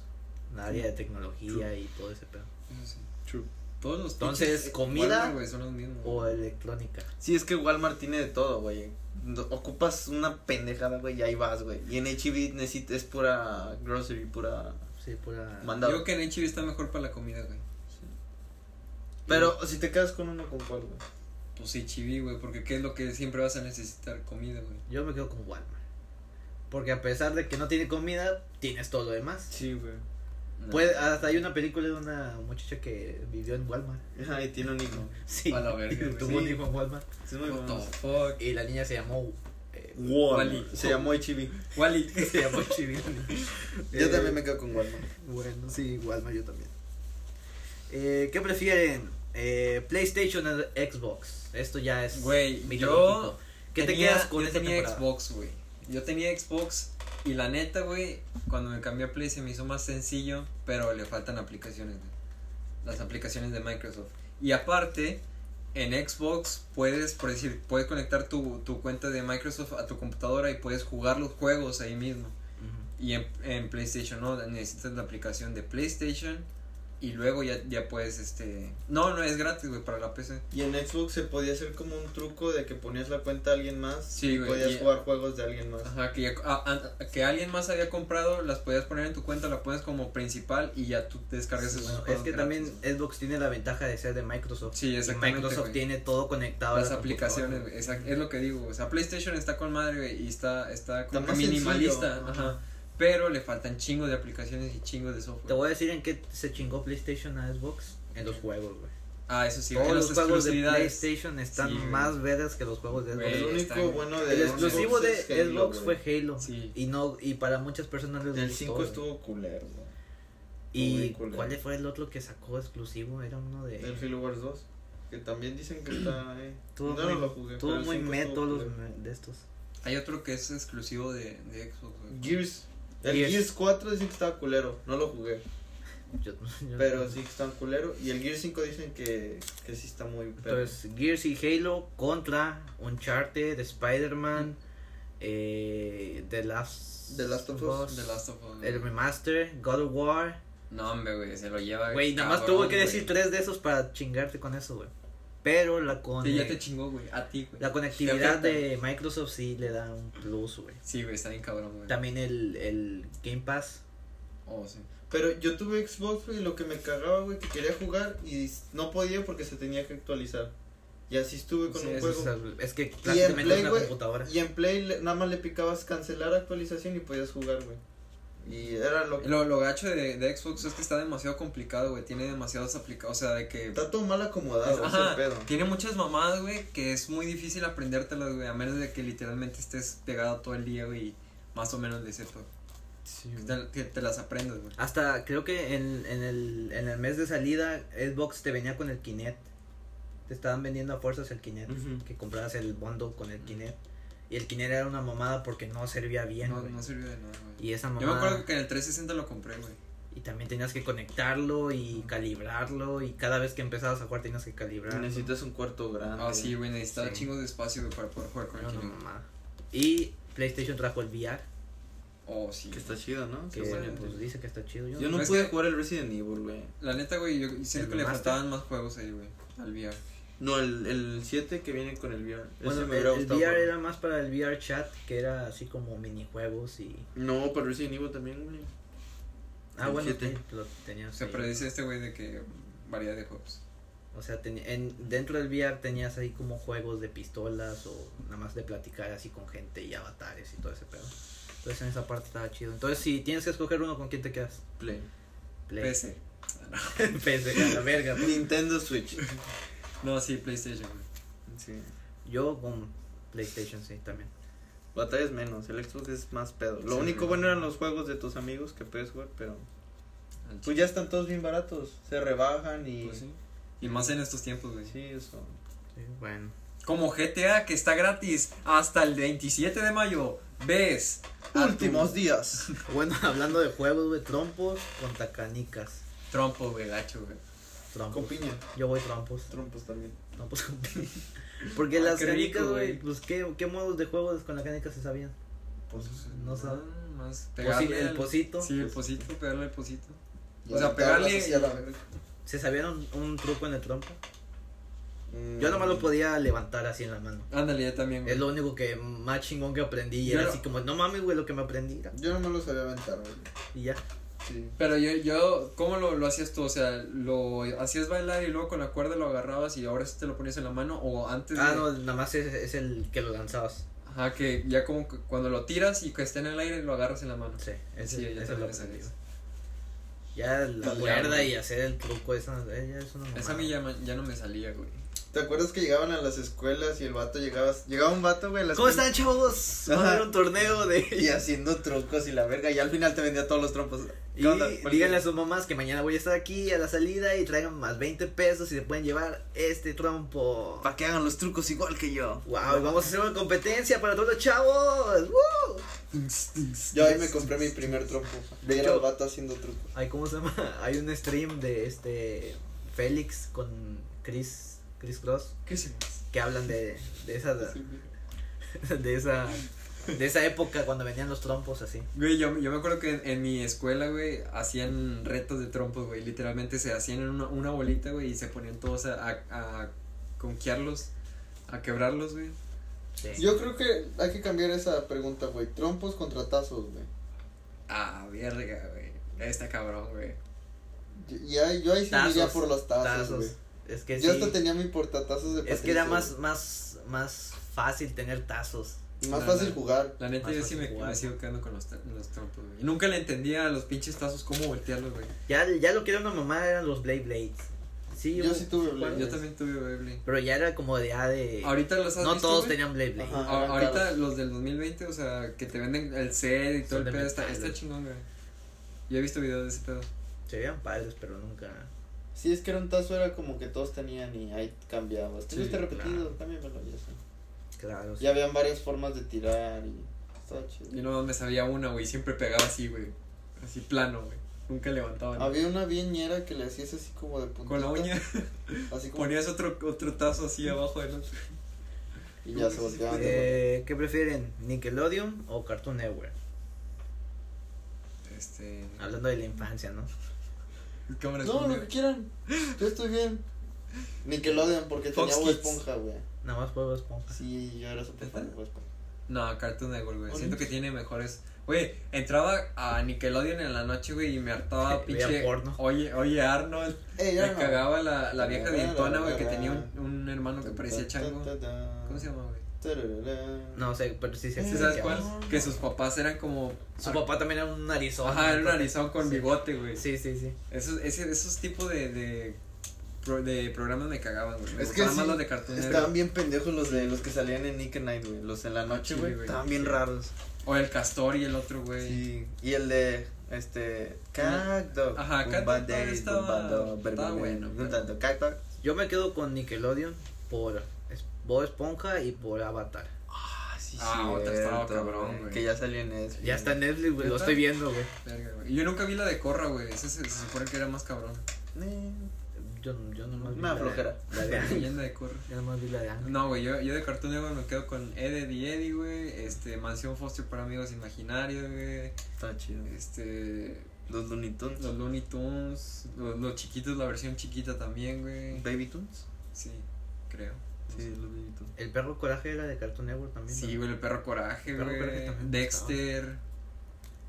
Speaker 3: la área de tecnología y todo ese pedo.
Speaker 2: Eso sí. Todos los
Speaker 3: Entonces,
Speaker 2: pinches, eh,
Speaker 3: comida
Speaker 2: Walmart, güey, son los mismos.
Speaker 3: O electrónica.
Speaker 1: Sí, es que Walmart tiene de todo, güey. No- Ocupas una pendejada, güey, y ahí vas, güey. Y en HB necesitas es pura grocery, pura
Speaker 3: Sí, pura.
Speaker 1: mandado.
Speaker 2: Digo que en HB está mejor para la comida, güey.
Speaker 1: Pero si te quedas con uno, ¿con cuál, güey?
Speaker 2: Pues HB, güey, porque qué es lo que siempre vas a necesitar comida, güey.
Speaker 3: Yo me quedo con Walmart. Porque a pesar de que no tiene comida, tienes todo lo demás.
Speaker 1: Sí, güey.
Speaker 3: Puede- hasta hay una película de una muchacha que vivió en Walmart. (laughs)
Speaker 1: Ajá, y tiene un hijo.
Speaker 3: Sí. (laughs)
Speaker 2: A la verga, güey.
Speaker 3: Tuvo un
Speaker 1: Sí.
Speaker 3: hijo en Walmart.
Speaker 1: Es muy
Speaker 2: What
Speaker 1: bueno.
Speaker 2: the fuck.
Speaker 3: Y la niña se llamó. eh,
Speaker 1: (laughs) Wall.
Speaker 2: Wall-E.
Speaker 1: Se llamó HB.
Speaker 2: Wally.
Speaker 3: se llamó Chibi.
Speaker 1: Yo también me quedo con Walmart.
Speaker 3: Bueno, sí, Walmart yo también. Eh, ¿Qué prefieren? Eh, PlayStation o Xbox. Esto ya es
Speaker 2: Güey, yo.
Speaker 3: mitológico. ¿Qué te
Speaker 2: tenía-
Speaker 3: quedas con
Speaker 2: Yo
Speaker 3: esta
Speaker 2: tenía
Speaker 3: temporada?
Speaker 2: Xbox, güey. Yo tenía Xbox y la neta, güey, cuando me cambié a Play se me hizo más sencillo, pero le faltan aplicaciones, güey. Las aplicaciones de Microsoft. Y aparte, en Xbox puedes, por decir, puedes conectar tu, tu cuenta de Microsoft a tu computadora y puedes jugar los juegos ahí mismo. Y en, en PlayStation no, necesitas la aplicación de PlayStation y luego ya, ya puedes, este... No, no, es gratis, güey, para la PC.
Speaker 1: Y en Xbox se podía hacer como un truco de que ponías la cuenta a alguien más
Speaker 2: Sí,
Speaker 1: y
Speaker 2: güey,
Speaker 1: podías
Speaker 2: y-
Speaker 1: jugar juegos de alguien más.
Speaker 2: Ajá, que, ya- a- a- que alguien más había comprado, las podías poner en tu cuenta, la pones como principal y ya tú te descargas
Speaker 3: Sí,
Speaker 2: esos
Speaker 3: bueno, es
Speaker 2: juegos
Speaker 3: que
Speaker 2: gratis.
Speaker 3: también Xbox tiene la ventaja de ser de Microsoft.
Speaker 2: Sí,
Speaker 3: Y
Speaker 2: exactamente,
Speaker 3: Microsoft
Speaker 2: güey.
Speaker 3: tiene todo conectado. a
Speaker 2: las
Speaker 3: la
Speaker 2: aplicaciones, eh,
Speaker 3: computadora.
Speaker 2: güey, exact- es lo que digo, o sea, PlayStation está con madre güey, y está, está como
Speaker 3: Está más
Speaker 2: que minimalista,
Speaker 3: sencillo,
Speaker 2: ajá, pero le faltan chingos de aplicaciones y chingos de software.
Speaker 3: Te voy a decir en qué se chingó PlayStation a Xbox. En los juegos, güey.
Speaker 2: Ah, eso sí,
Speaker 3: Todos
Speaker 2: en
Speaker 3: los
Speaker 2: las
Speaker 3: juegos de
Speaker 2: exclusividades.
Speaker 3: PlayStation están
Speaker 2: Sí, güey.
Speaker 3: más verdes que los juegos de Xbox.
Speaker 2: Güey, El único están- bueno de
Speaker 3: El
Speaker 2: Xbox
Speaker 3: exclusivo de
Speaker 2: es Halo,
Speaker 3: Xbox
Speaker 2: güey.
Speaker 3: fue Halo.
Speaker 2: Sí.
Speaker 3: Y no y para muchas personas les
Speaker 1: El
Speaker 3: gustó,
Speaker 1: 5
Speaker 3: güey.
Speaker 1: estuvo culero. güey.
Speaker 3: ¿Y
Speaker 1: Muy Oh, culero.
Speaker 3: cuál fue el otro que sacó exclusivo? Era uno de...
Speaker 1: El Halo Wars 2, que también dicen que está. Eh.
Speaker 3: Tuvo
Speaker 1: no
Speaker 3: muy,
Speaker 1: lo jugué.
Speaker 3: tuvo
Speaker 1: pero el
Speaker 3: muy
Speaker 1: 5
Speaker 3: meh
Speaker 1: estuvo
Speaker 3: todos los
Speaker 1: culero.
Speaker 3: me- de estos.
Speaker 2: Hay otro que es exclusivo de, de Xbox, güey.
Speaker 1: Gears. El Gears.
Speaker 3: Gears.
Speaker 1: 4 dicen que estaba culero, no lo jugué.
Speaker 3: Yo- yo-
Speaker 1: Pero sí que está culero. Y el Gears 5 dicen que, que sí está muy perro.
Speaker 3: Entonces, Gears y Halo contra Uncharted, Spider-Man, eh, The, Last,
Speaker 1: The Last of Us.
Speaker 2: The Last of Us,
Speaker 3: el
Speaker 2: güey.
Speaker 3: Remaster, God of War.
Speaker 2: No, hombre, güey, se lo lleva.
Speaker 3: Güey, nada más
Speaker 2: cabrón,
Speaker 3: tuve que
Speaker 2: güey.
Speaker 3: decir tres de esos para chingarte con eso, güey. Pero la, con,
Speaker 2: Sí, ya te chingó, güey, a ti, güey.
Speaker 3: la
Speaker 2: Te
Speaker 3: conectividad
Speaker 2: afecta.
Speaker 3: de Microsoft sí le da un plus, güey.
Speaker 2: Sí, güey, está bien cabrón, güey.
Speaker 3: También el, el Game Pass.
Speaker 2: Oh, sí.
Speaker 1: Pero yo tuve Xbox, güey, y lo que me cagaba, güey, que quería jugar y no podía porque se tenía que actualizar. Y así estuve con
Speaker 3: Sí,
Speaker 1: un
Speaker 3: es,
Speaker 1: juego.
Speaker 3: es- es que
Speaker 1: Y en
Speaker 3: prácticamente es
Speaker 1: Play,
Speaker 3: una
Speaker 1: güey,
Speaker 3: computadora.
Speaker 1: y en Play le- nada más le picabas cancelar actualización y podías jugar, güey. Y era lo que...
Speaker 2: Lo, lo gacho de, de Xbox es que está demasiado complicado, güey. Tiene demasiadas aplicaciones. O sea, de que.
Speaker 1: Está todo mal acomodado, ese
Speaker 2: Ajá,
Speaker 1: pedo.
Speaker 2: tiene muchas mamadas, güey, que es muy difícil aprendértelas, güey. A menos de que literalmente estés pegado todo el día, güey. y Más o menos le sepas. Que te, que te las aprendas, güey.
Speaker 3: Hasta creo que en, en, el, en el mes de salida Xbox te venía con el Kinect. Te estaban vendiendo a fuerzas el Kinect.
Speaker 2: Ujú.
Speaker 3: Que comprabas el bundle con el Kinect. Y el Kinect era una mamada porque no servía bien.
Speaker 2: No,
Speaker 3: güey.
Speaker 2: no sirvió de nada, güey.
Speaker 3: Y esa
Speaker 2: Yo me
Speaker 3: mamada.
Speaker 2: acuerdo que en el 360 lo compré, güey.
Speaker 3: Y también tenías que conectarlo y calibrarlo. Y cada vez que empezabas a jugar tenías que calibrarlo.
Speaker 1: Necesitas un cuarto grande.
Speaker 2: Ah, sí, güey, necesitaba
Speaker 3: Sí.
Speaker 2: chingos de espacio, güey, para poder jugar con el
Speaker 3: Era una
Speaker 2: Kinect.
Speaker 3: mamada. Y PlayStation trajo el VR.
Speaker 2: Oh, sí.
Speaker 1: Que está chido, ¿no?
Speaker 3: Que
Speaker 1: Qué bueno.
Speaker 3: pues, dice que está chido. Yo,
Speaker 1: Yo no
Speaker 2: Pues
Speaker 1: pude
Speaker 2: que-
Speaker 1: jugar el Resident Evil, güey.
Speaker 2: La neta, güey, yo siento
Speaker 3: El
Speaker 2: que le
Speaker 3: remaster.
Speaker 2: faltaban más juegos ahí, güey. Al VR.
Speaker 1: No, el, el 7 que viene con el VR. Ese
Speaker 3: Bueno,
Speaker 1: me
Speaker 3: el,
Speaker 1: hubiera
Speaker 3: el
Speaker 1: gustado
Speaker 3: VR
Speaker 1: jugar.
Speaker 3: era más para el VR chat. Que era así como minijuegos y.
Speaker 1: No, pero Resident Evil también, güey.
Speaker 3: Ah,
Speaker 1: El
Speaker 3: bueno,
Speaker 1: siete.
Speaker 3: sí, lo tenías.
Speaker 2: Se
Speaker 3: ahí.
Speaker 2: predice este, güey, de que variedad de juegos.
Speaker 3: O sea, teni- en, dentro del VR tenías ahí como juegos de pistolas o nada más de platicar así con gente y avatares y todo ese pedo. Entonces en esa parte estaba chido. Entonces si tienes que escoger uno, ¿con quién te quedas?
Speaker 1: Play.
Speaker 3: Play. (laughs)
Speaker 2: PC.
Speaker 3: PC, a la verga.
Speaker 1: (laughs)
Speaker 3: pues.
Speaker 1: Nintendo Switch.
Speaker 2: No, sí, PlayStation, güey.
Speaker 1: Sí.
Speaker 3: Yo con PlayStation, sí, también.
Speaker 1: Batallas menos, el Xbox es más pedo. Lo
Speaker 2: Sí,
Speaker 1: único
Speaker 2: güey.
Speaker 1: bueno eran los juegos de tus amigos que puedes jugar, pero
Speaker 2: Al
Speaker 1: pues ya están todos bien baratos, se rebajan y
Speaker 2: Pues sí. Y más en estos tiempos, güey.
Speaker 1: pues sí, eso.
Speaker 3: Sí, bueno.
Speaker 2: Como GTA, que está gratis hasta el 27 de mayo. ¿Ves? a tu
Speaker 1: Últimos días.
Speaker 3: Bueno, (laughs) hablando de juegos, güey, trompos contra canicas.
Speaker 2: Trompo, güey, gacho, güey.
Speaker 1: (laughs) Con
Speaker 3: Trompos.
Speaker 1: piña,
Speaker 3: Yo voy trompos.
Speaker 1: trompos también.
Speaker 3: Trompos con piña. pues, (laughs) Porque
Speaker 2: Ah,
Speaker 3: las
Speaker 2: qué rico,
Speaker 3: canicas, güey,
Speaker 2: güey.
Speaker 3: pues ¿qué, qué modos de juegos con las canicas se sabían.
Speaker 1: Pues
Speaker 3: No sabe.
Speaker 2: Más
Speaker 3: Posi- el
Speaker 2: al-
Speaker 3: posito.
Speaker 2: Sí, el posito, pegarle el posito. O sea, pegarle-
Speaker 1: así a la verga.
Speaker 3: ¿Se sabían un, un truco en el trompo?
Speaker 1: Mm.
Speaker 3: Yo nomás lo podía levantar así en la mano.
Speaker 2: Ándale, yo también, güey.
Speaker 3: Es lo único que más chingón que aprendí. Y
Speaker 2: Yo
Speaker 3: era
Speaker 2: no-
Speaker 3: así como, no mames, güey, lo que me aprendí. era".
Speaker 1: Yo nomás lo sabía aventar, güey.
Speaker 3: Y ya.
Speaker 1: Sí.
Speaker 2: Pero yo, yo, ¿cómo lo, lo hacías tú? O sea, ¿lo hacías bailar y luego con la cuerda lo agarrabas y ahora sí te lo ponías en la mano? ¿O antes
Speaker 3: Ah,
Speaker 2: de-
Speaker 3: no, nada más es, es el que lo lanzabas.
Speaker 2: Ajá, que ya como que cuando lo tiras y que esté en el aire lo agarras en la mano.
Speaker 3: Sí, ese,
Speaker 2: Sí, yo
Speaker 3: ese lo
Speaker 2: también
Speaker 3: aprendí.
Speaker 2: sabía.
Speaker 3: Ya la
Speaker 1: Italiano.
Speaker 3: cuerda y hacer el truco, esa, eh, ya es una
Speaker 2: Esa a
Speaker 3: mamada.
Speaker 2: mí ya, ma- ya no me salía, güey.
Speaker 1: ¿Te acuerdas que llegaban a las escuelas y el vato llegaba, llegaba un vato, güey, a las
Speaker 5: ¿Cómo están, chavos? Vamos a
Speaker 1: Ajá.
Speaker 5: ver un torneo de...
Speaker 1: Y haciendo trucos y la verga, y al final te vendía todos los trompos.
Speaker 5: Y díganle a sus mamás que mañana voy a estar aquí a la salida y traigan más 20 pesos y se pueden llevar este trompo.
Speaker 1: Para que hagan los trucos igual que yo.
Speaker 5: Wow, y vamos a hacer una competencia para todos los chavos. ¡Woo!
Speaker 1: Yo ahí me compré mi primer trompo.
Speaker 3: De
Speaker 1: De
Speaker 3: hecho-
Speaker 1: al vato haciendo trucos.
Speaker 3: Ay, ¿cómo se llama? (laughs) Hay un stream de este Félix con Chris Chris Cross
Speaker 1: ¿Qué se
Speaker 3: que hablan de, de esa (laughs) de esa de esa época cuando venían los trompos así.
Speaker 2: Güey, yo, yo me acuerdo que en, en mi escuela, güey, hacían retos de trompos, güey. Literalmente se hacían en una, una bolita, güey, y se ponían todos a, a, a conquearlos, a quebrarlos, güey.
Speaker 1: Yo creo que hay que cambiar esa pregunta, güey. Trompos contra tazos, güey.
Speaker 2: Ah, verga, güey. Está cabrón, güey.
Speaker 1: Y- y ahí- yo ahí sí me iría por los tazos, güey.
Speaker 3: Es que
Speaker 1: Yo
Speaker 3: sí.
Speaker 1: hasta tenía mi portatazos de
Speaker 3: Es que era
Speaker 1: Patricio,
Speaker 3: más más más fácil tener tazos.
Speaker 1: güey. Más fácil jugar.
Speaker 2: La neta,
Speaker 3: Más
Speaker 2: yo sí me,
Speaker 3: fácil jugar.
Speaker 2: me sigo quedando con los, ta- los trompos, güey. Y nunca le entendía a los pinches tazos cómo voltearlos, güey.
Speaker 3: Ya ya lo que era una mamá eran los Blade Blades. Sí,
Speaker 1: Yo
Speaker 3: hubo-
Speaker 1: sí tuve Blade
Speaker 2: Yo
Speaker 1: Blades.
Speaker 2: también tuve Beyblade.
Speaker 3: Pero ya era como de ya de
Speaker 2: Ahorita los has
Speaker 3: No
Speaker 2: visto,
Speaker 3: todos
Speaker 2: güey?
Speaker 3: tenían Blade Blade.
Speaker 1: Ajá,
Speaker 2: A-
Speaker 1: eran
Speaker 2: ahorita
Speaker 1: caros.
Speaker 2: los del 2020, o sea, que te venden el set y todo
Speaker 3: Son
Speaker 2: el
Speaker 3: de
Speaker 2: pedo, está,
Speaker 3: metal,
Speaker 2: está
Speaker 3: güey.
Speaker 2: chingón, güey. Yo he visto videos de ese pedo.
Speaker 3: Se veían padres, pero nunca
Speaker 1: Sí, es que era un tazo, era como que todos tenían y ahí cambiaba.
Speaker 3: Sí,
Speaker 1: Estuviste repetido, también me lo ya sé.
Speaker 3: claro.
Speaker 1: Y habían varias formas de tirar y estaba chido.
Speaker 2: Yo no me sabía una, güey, siempre pegaba así, güey. Así plano, güey. Nunca levantaba.
Speaker 3: Ah,
Speaker 2: ¿no?
Speaker 1: Había una viñera que le hacías así como de puntita.
Speaker 2: Con la
Speaker 3: (laughs)
Speaker 2: uña
Speaker 1: Así como.
Speaker 2: ponías otro, otro tazo así abajo del otro.
Speaker 1: Y ya se volteaban. de
Speaker 3: Eh, ¿Qué prefieren? ¿Nickelodeon o Cartoon Network?
Speaker 2: Este.
Speaker 3: Hablando de la infancia, ¿no?
Speaker 2: Cámaras
Speaker 1: No,
Speaker 2: con-
Speaker 1: lo que quieran. Yo estoy bien. Nickelodeon, porque
Speaker 2: Fox
Speaker 1: tenía Bob
Speaker 2: Kids.
Speaker 1: Esponja, güey.
Speaker 3: Nada más puedo esponja.
Speaker 1: Sí, yo era súper fan pues, de Bob Esponja.
Speaker 2: No, Cartoon Network, güey.
Speaker 1: Oye.
Speaker 2: Siento que tiene mejores. Güey, entraba a Nickelodeon en la noche, güey, y me hartaba
Speaker 3: (laughs) Veía
Speaker 2: pinche.
Speaker 3: porno.
Speaker 2: Oye, oye, Arnold.
Speaker 1: Ey,
Speaker 2: me
Speaker 1: Arnold.
Speaker 2: cagaba la, la vieja
Speaker 1: Tarara,
Speaker 2: dientona, güey, que
Speaker 1: tarara.
Speaker 2: tenía un, un hermano que parecía chango. ¿Cómo se llama, güey? Eh,
Speaker 3: No sé, pero sí sé.
Speaker 2: ¿Sí
Speaker 3: sé
Speaker 2: sabes
Speaker 3: que
Speaker 2: cuál?
Speaker 3: hablas.
Speaker 2: Que sus papás eran como.
Speaker 3: Su papá también era un narizón.
Speaker 2: Ajá, era un
Speaker 3: entonces-
Speaker 2: narizón con bigote, güey.
Speaker 3: Sí, sí, sí.
Speaker 2: Esos, ese, esos tipos de, de, pro- de programas me cagaban, güey. Me
Speaker 1: Es que
Speaker 2: gustaban más
Speaker 1: sí,
Speaker 2: los de Cartoon
Speaker 1: estaban
Speaker 2: Network.
Speaker 1: bien pendejos los de los que salían en Nick and Night, güey. Los en la noche,
Speaker 2: Ah, sí,
Speaker 1: güey.
Speaker 2: güey.
Speaker 1: estaban bien raros.
Speaker 2: O el Castor y el otro, güey.
Speaker 1: Sí. Y el de este Cagdog.
Speaker 2: Ajá, Cat Dog estaba- estaba bueno, pero-
Speaker 1: Tanto Cagdog.
Speaker 3: Yo me quedo con Nickelodeon por es- Bob Esponja y por Avatar.
Speaker 1: Ah, sí,
Speaker 2: Ah, otra estaba
Speaker 1: cierto, eh,
Speaker 2: cabrón, güey.
Speaker 1: Que ya salió en eso.
Speaker 3: Ya está en Netflix, güey. Lo
Speaker 2: ¿Neta?
Speaker 3: estoy viendo, güey.
Speaker 2: Verga, güey. Y Yo nunca vi la de Corra, güey. Ese se, se supone que era más cabrón.
Speaker 3: Yo, yo nomás vi
Speaker 1: Me da
Speaker 3: la de-
Speaker 1: flojera.
Speaker 3: la
Speaker 2: (laughs)
Speaker 3: de
Speaker 2: La
Speaker 3: Annie.
Speaker 2: leyenda de Corra.
Speaker 3: Yo nomás vi la de ah, Annie.
Speaker 2: No, güey, yo, yo de Cartoon Network me quedo con Ed, Ed y Eddie, güey. Este, Mansión Foster para Amigos Imaginarios, güey.
Speaker 1: Está chido.
Speaker 2: Este,
Speaker 1: Los Looney Tunes.
Speaker 2: los Looney Tunes. Los, los chiquitos, la versión chiquita también, güey.
Speaker 1: Baby Tunes.
Speaker 2: Sí, creo.
Speaker 1: Sí, los Looney Tunes.
Speaker 3: El perro coraje era de Cartoon Network también.
Speaker 2: Sí,
Speaker 3: ¿no?
Speaker 2: güey, el perro coraje,
Speaker 3: El Perro
Speaker 2: güey.
Speaker 3: Coraje también me gustaba.
Speaker 2: Dexter.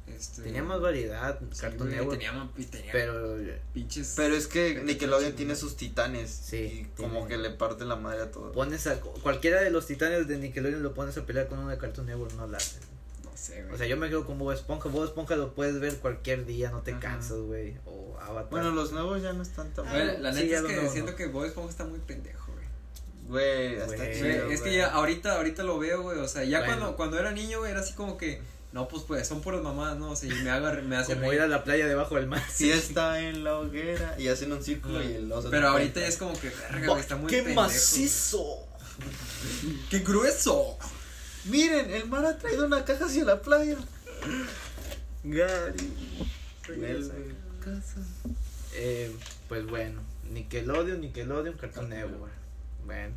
Speaker 2: Este,
Speaker 3: Tenía más variedad
Speaker 2: sí,
Speaker 3: Cartoon
Speaker 2: güey,
Speaker 3: Network.
Speaker 2: Tenía, ma- y tenía
Speaker 3: Pero eh,
Speaker 2: pinches.
Speaker 1: Pero es que
Speaker 2: Pero
Speaker 1: Nickelodeon
Speaker 2: está
Speaker 1: tiene
Speaker 2: chingón.
Speaker 1: sus titanes.
Speaker 3: Sí,
Speaker 1: Y como
Speaker 3: tiene.
Speaker 1: que le parte la madre a todo.
Speaker 3: pones a cu- cualquiera de los titanes de Nickelodeon lo pones a pelear con uno de Cartoon Network, no la hacen.
Speaker 2: No sé, güey.
Speaker 3: O sea, yo me quedo con Bob Esponja. Bob Esponja lo puedes ver cualquier día, no te
Speaker 1: Ajá.
Speaker 3: cansas, güey. O Avatar.
Speaker 1: Bueno, los nuevos ya no están tan
Speaker 2: Güey,
Speaker 1: buenos.
Speaker 2: la
Speaker 3: Sí,
Speaker 2: neta
Speaker 3: ya
Speaker 2: es
Speaker 3: lo
Speaker 2: que
Speaker 3: veo,
Speaker 2: siento
Speaker 3: ¿no?
Speaker 2: que Bob Esponja está muy pendejo, güey.
Speaker 1: Güey, está
Speaker 3: Güey,
Speaker 1: chido.
Speaker 2: Güey, es que
Speaker 1: güey.
Speaker 2: ya ahorita, ahorita lo veo, güey. O sea, ya
Speaker 3: Bueno.
Speaker 2: cuando, cuando era niño, güey, era así como que. No, pues, pues son puras mamás, ¿no? O sea, y me, haga, me hace
Speaker 3: como
Speaker 2: reír.
Speaker 3: ir a la playa debajo del mar. (laughs)
Speaker 1: Sí está en la hoguera y hacen un círculo y el oso.
Speaker 2: Pero
Speaker 1: te
Speaker 2: ahorita
Speaker 1: cuenta.
Speaker 2: ya es como que, verga, güey, está muy
Speaker 5: ¡Qué
Speaker 2: pendejo,
Speaker 5: macizo!
Speaker 2: güey. (laughs) ¡Qué grueso!
Speaker 1: Miren, el mar ha traído una caja hacia la playa.
Speaker 3: Gary.
Speaker 1: Vuelve a casa.
Speaker 3: Eh, pues bueno, Nickelodeon, Nickelodeon, Cartoon Network. Bueno.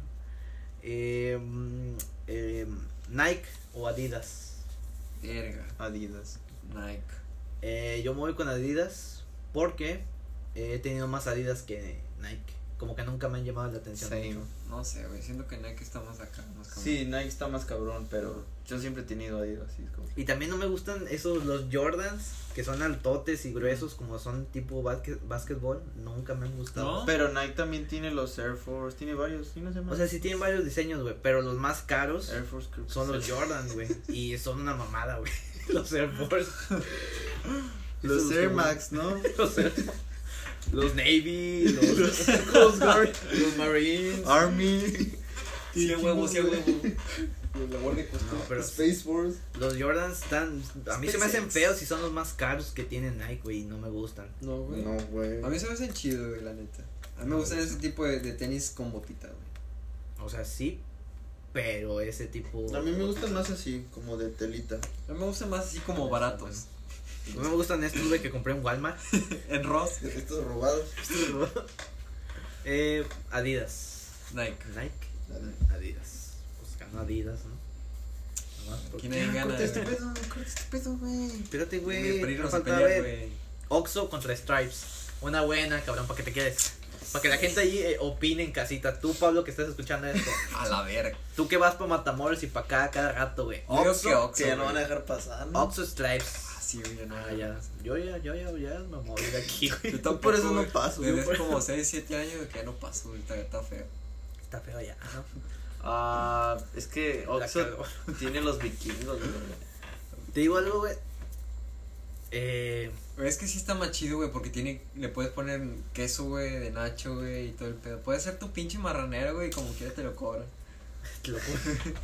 Speaker 3: Eh, mm, eh, Nike o Adidas.
Speaker 2: Verga,
Speaker 1: Adidas.
Speaker 2: Nike.
Speaker 3: Eh, yo me voy con Adidas porque eh, he tenido más Adidas que Nike. Como que nunca me han llamado la atención.
Speaker 1: Same.
Speaker 3: mucho.
Speaker 2: No sé, güey. Siento que Nike está más acá, más cabrón.
Speaker 1: Sí, Nike está más cabrón, pero yo siempre he tenido Adidas. Así es como...
Speaker 3: Y también no me gustan esos, los Jordans, que son altotes y
Speaker 1: Mm.
Speaker 3: gruesos, como son tipo basque- básquetbol. Nunca me han gustado.
Speaker 2: ¿No?
Speaker 1: Pero Nike también tiene los Air Force, tiene varios, ¿sí no se llama?
Speaker 3: O sea, sí tienen varios diseños, güey, pero los más caros
Speaker 1: Air Force creo que
Speaker 3: son los
Speaker 1: sí.
Speaker 3: Jordans, güey. Y son una mamada, güey. (laughs)
Speaker 1: (laughs)
Speaker 3: Los Air Force. Esos
Speaker 1: Ah. Los
Speaker 3: que (laughs)
Speaker 1: Air
Speaker 3: vuelan.
Speaker 1: Max, ¿no?
Speaker 3: Los Air- Los Navy, los Coast Guard, los Marines.
Speaker 1: Army.
Speaker 2: Sí, a huevo, sí, a huevo.
Speaker 1: La Guardia
Speaker 3: (laughs)
Speaker 1: Costera.
Speaker 3: No,
Speaker 1: (laughs)
Speaker 3: pero-
Speaker 1: Space Force.
Speaker 3: Los Jordans están. A mí se me hacen
Speaker 2: SpaceX.
Speaker 3: feos y son los más caros que tienen Nike, güey. y No me gustan.
Speaker 2: No, güey.
Speaker 1: No, güey.
Speaker 2: A mí se me hacen chido, güey, la neta. A mí me gustan ese tipo de, de tenis con botita, güey.
Speaker 3: O sea, sí, pero ese tipo.
Speaker 1: A mí me gustan más así, como de telita.
Speaker 2: A mí me gustan más así como baratos. (laughs)
Speaker 3: No me gustan estos, güey, que compré en Walmart.
Speaker 2: En Ross,
Speaker 1: (laughs) Estos robados.
Speaker 3: Eh, Adidas.
Speaker 2: Nike.
Speaker 3: Nike. Adidas. Pues ganó Adidas, ¿no? Nomás porque-
Speaker 2: ¿Quién hay gana?
Speaker 1: Corta este
Speaker 2: güey?
Speaker 1: pedo, corta este pedo, güey.
Speaker 3: Espérate,
Speaker 2: Güey,
Speaker 3: güey.
Speaker 2: Para
Speaker 3: no
Speaker 2: irnos a
Speaker 3: falta
Speaker 2: pelear,
Speaker 3: ver.
Speaker 2: güey.
Speaker 3: Oxo contra Stripes. Una buena, cabrón, para que te quedes. Para que la gente ahí eh, opine en casita. Tú, Pablo, que estás escuchando esto.
Speaker 2: A la verga.
Speaker 3: Tú que vas para Matamoros y para acá cada rato, güey.
Speaker 2: Yo digo que
Speaker 1: Que
Speaker 2: Oxxo,
Speaker 1: ya no
Speaker 2: güey.
Speaker 1: van a dejar pasar, ¿no?
Speaker 3: Oxo Stripes.
Speaker 2: Ah, sí, güey, ya no.
Speaker 3: Ah, ya. Yo ya, yo ya, ya me moví de aquí, güey.
Speaker 2: Yo tampoco,
Speaker 1: por eso no
Speaker 2: güey.
Speaker 1: paso, (laughs) yo
Speaker 2: Desde
Speaker 1: por-
Speaker 2: hace como 6, 7 años que ya no paso, güey. Está, está feo.
Speaker 3: Está feo ya. ¿no?
Speaker 1: Ah, es que
Speaker 3: La
Speaker 1: Oxxo
Speaker 3: cagó.
Speaker 1: tiene los vikingos, güey.
Speaker 3: Te digo algo, güey. Eh,
Speaker 2: Güey, Es que sí está más chido, güey, porque tiene, le puedes poner queso, güey, de nacho, güey, y todo el pedo. Puede ser tu pinche marranero, güey, y como quiera te lo cobran.
Speaker 3: te lo juro.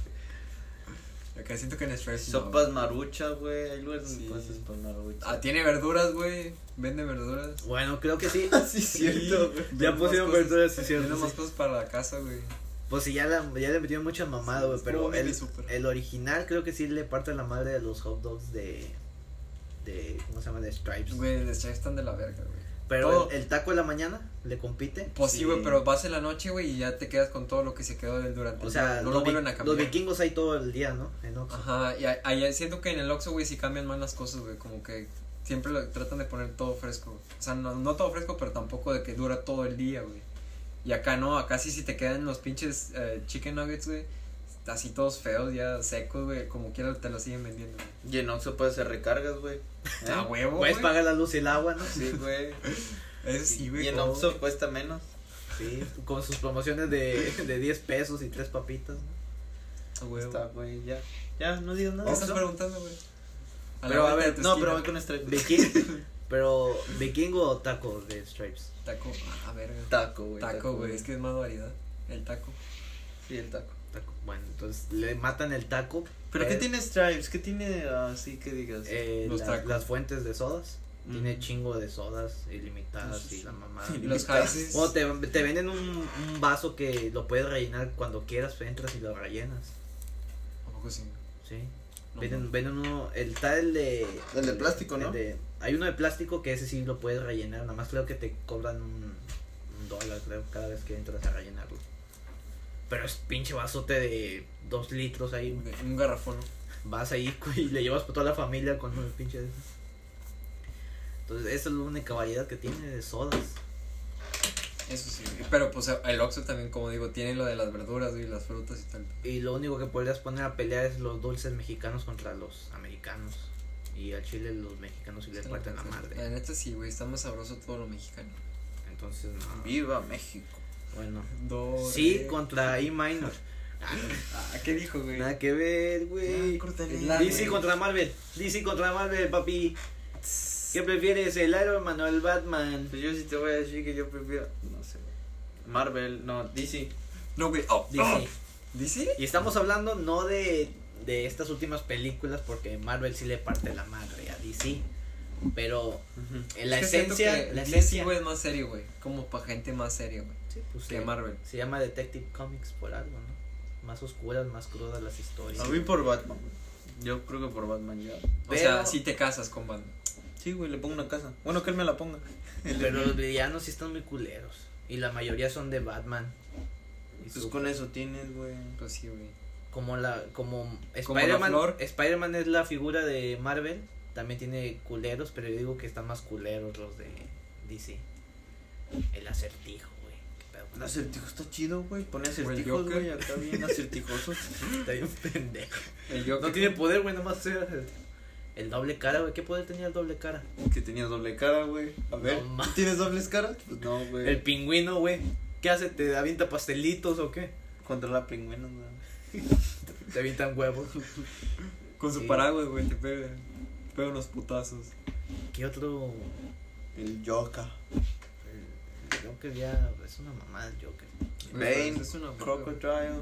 Speaker 2: Acá siento que en Stripes no,
Speaker 1: Sopas
Speaker 2: güey.
Speaker 1: maruchas, güey. Hay lugares donde
Speaker 2: Sí.
Speaker 1: puedes sopas maruchas.
Speaker 2: Ah, tiene verduras, güey. Vende verduras.
Speaker 3: Bueno, creo que sí.
Speaker 1: sí, güey.
Speaker 3: Ya
Speaker 2: Vende más
Speaker 3: pusieron
Speaker 2: cosas.
Speaker 3: verduras, sí, cierto,
Speaker 2: Vende más
Speaker 3: sí.
Speaker 2: cosas para la casa, güey.
Speaker 3: Pues sí, ya, la- ya le metieron mucha mamada, güey.
Speaker 2: es como
Speaker 3: pero
Speaker 2: mini
Speaker 3: el,
Speaker 2: super.
Speaker 3: el original creo que sí le parte la madre de los hot dogs de. de ¿Cómo se llama? De Stripes.
Speaker 2: Güey, los chefs están de la verga, güey.
Speaker 3: pero
Speaker 2: todo.
Speaker 3: el, el taco de la mañana le compite.
Speaker 2: Pues sí, güey,
Speaker 1: Sí.
Speaker 2: pero vas en la noche, güey, y ya te quedas con todo lo que se quedó del durante.
Speaker 3: O
Speaker 2: el
Speaker 3: sea,
Speaker 2: día. no
Speaker 3: los,
Speaker 2: lo
Speaker 3: vi-
Speaker 2: vuelven a cambiar.
Speaker 3: los vikingos hay todo el día, ¿no? En Oxxo.
Speaker 2: Ajá, y a- ahí siento que en el Oxxo, güey, sí cambian más las cosas, güey, como que siempre lo- tratan de poner todo fresco. O sea, no, no todo fresco, pero tampoco de que dura todo el día, güey. Y acá no, acá sí si te quedan los pinches eh, chicken nuggets, güey, así todos feos, ya secos, güey, como quiera te lo siguen vendiendo. güey.
Speaker 1: Y en Oxxo puedes hacer recargas, güey. ¿Eh?
Speaker 2: A huevo, Ah, güey.
Speaker 3: Puedes pagar la luz y el agua, ¿no?
Speaker 1: Sí, güey.
Speaker 2: Eso (laughs) sí, güey.
Speaker 1: Y en
Speaker 2: como-
Speaker 1: Oxxo cuesta menos.
Speaker 3: Sí, con sus promociones de, de 10 pesos y tres papitas, ¿no?
Speaker 2: A huevo.
Speaker 1: Está, güey, ya. Ya, no digas
Speaker 2: ¿Qué
Speaker 1: nada.
Speaker 2: estás
Speaker 1: ¿no?
Speaker 2: preguntando, güey? la
Speaker 1: Pero a
Speaker 2: vuelta de
Speaker 1: ver,
Speaker 2: tu
Speaker 1: no,
Speaker 2: esquina.
Speaker 1: pero voy con Stripes.
Speaker 3: Viking- pero vikingo o taco de Stripes.
Speaker 2: Taco, a ver,
Speaker 1: Taco, güey.
Speaker 2: Taco, güey, Eh. es que es más variedad. El taco.
Speaker 1: Sí, el taco.
Speaker 3: Taco. Bueno, entonces le matan el taco.
Speaker 1: ¿Pero qué tiene Stripes? ¿Qué tiene así que digas?
Speaker 3: eh,
Speaker 2: Los
Speaker 3: la-
Speaker 2: tacos.
Speaker 3: las fuentes de sodas.
Speaker 1: Mm.
Speaker 3: Tiene chingo de sodas ilimitadas
Speaker 1: Sí, sí.
Speaker 3: y la mamá.
Speaker 2: Y los Heises.
Speaker 3: O te, te venden un, un vaso que lo puedes rellenar cuando quieras, entras y lo rellenas.
Speaker 2: ¿A poco sí?
Speaker 3: Sí.
Speaker 2: No,
Speaker 3: Venden, venden uno, el tal de...
Speaker 1: El de plástico, ¿no?
Speaker 3: el de- Este, hay uno de plástico que ese sí lo puedes rellenar, nada más creo que te cobran un, un dólar, creo, cada vez que entras a rellenarlo. Pero es pinche vasote de dos litros ahí,
Speaker 2: de- Un garrafón.
Speaker 3: vas ahí (laughs) y le llevas para toda la familia con un pinche de esos. Entonces esa es la única variedad que tiene de sodas.
Speaker 2: Eso sí, güey. pero pues el Oxxo también, como digo, tiene lo de las verduras güey, y las frutas y tal.
Speaker 3: Y lo único que podrías poner a pelear es los dulces mexicanos contra los americanos. Y al chile los mexicanos sí le parten la madre.
Speaker 2: La neta sí, güey, está más sabroso todo lo mexicano.
Speaker 3: Entonces, no.
Speaker 1: Viva México.
Speaker 3: Bueno.
Speaker 2: Do,
Speaker 3: Sí
Speaker 2: re-
Speaker 3: contra E minor.
Speaker 2: Ah, ¿Qué dijo, güey?
Speaker 3: Nada que ver,
Speaker 2: Ya,
Speaker 3: güey.
Speaker 2: Ah, córtale.
Speaker 3: DC contra Marvel. DC contra Marvel, papi. ¿Qué prefieres, el Iron Man o el Batman?
Speaker 1: Pues yo sí te voy a decir que yo prefiero. No sé. Marvel, no, DC.
Speaker 2: No, güey. Oh,
Speaker 3: DC.
Speaker 2: ¿Dice?
Speaker 3: Y estamos hablando no de, de estas últimas películas porque Marvel sí le parte la madre a DC. Pero eh, la esencia, la
Speaker 2: Sí,
Speaker 3: esencia
Speaker 2: güey, es más serio, güey. Como para gente más seria, güey.
Speaker 3: Sí, pues,
Speaker 2: Que
Speaker 3: sí.
Speaker 2: Marvel.
Speaker 3: se llama Detective Comics por algo, ¿no? Más oscuras, más crudas las historias.
Speaker 1: A mí por Batman. güey. Yo creo que por Batman ya.
Speaker 2: O
Speaker 3: Pero-
Speaker 2: sea, si te casas con banda.
Speaker 1: Sí, güey, le pongo una casa. Bueno, que él me la ponga.
Speaker 3: Pero los villanos sí están muy culeros. Y la mayoría son de Batman. Y
Speaker 1: Pues
Speaker 3: su-
Speaker 1: con eso tienes, güey.
Speaker 2: Pues sí, güey.
Speaker 3: Como la. Como
Speaker 2: Como la
Speaker 3: Spider-Man.
Speaker 2: flor.
Speaker 3: Spider-Man es la figura de Marvel. También tiene culeros, pero yo digo que están más culeros los de DC. El acertijo, güey. Qué pedo con
Speaker 1: El acertijo está chido, güey. Pone
Speaker 2: el
Speaker 1: acertijos,
Speaker 2: Joker.
Speaker 1: güey. Acá
Speaker 3: (laughs)
Speaker 1: bien acertijosos.
Speaker 3: Está bien pendejo.
Speaker 2: El Joker.
Speaker 3: No tiene poder, güey, nomás ser acertijo. El doble cara, güey. ¿Qué poder tenía el doble cara?
Speaker 1: que tenías doble cara, güey. A ver.
Speaker 3: No ma-
Speaker 1: ¿Tienes dobles caras? Pues no, güey.
Speaker 3: El pingüino, güey. ¿Qué hace? ¿Te avienta pastelitos o qué?
Speaker 1: Controla pingüinos, güey.
Speaker 3: Te avientan huevos.
Speaker 2: Con su
Speaker 3: Sí.
Speaker 2: paraguas, güey, te pega. Te pega unos putazos.
Speaker 3: ¿Qué otro
Speaker 1: El Yoka.
Speaker 3: Joker ya es una mamada el Joker.
Speaker 1: Bane, Crocodile.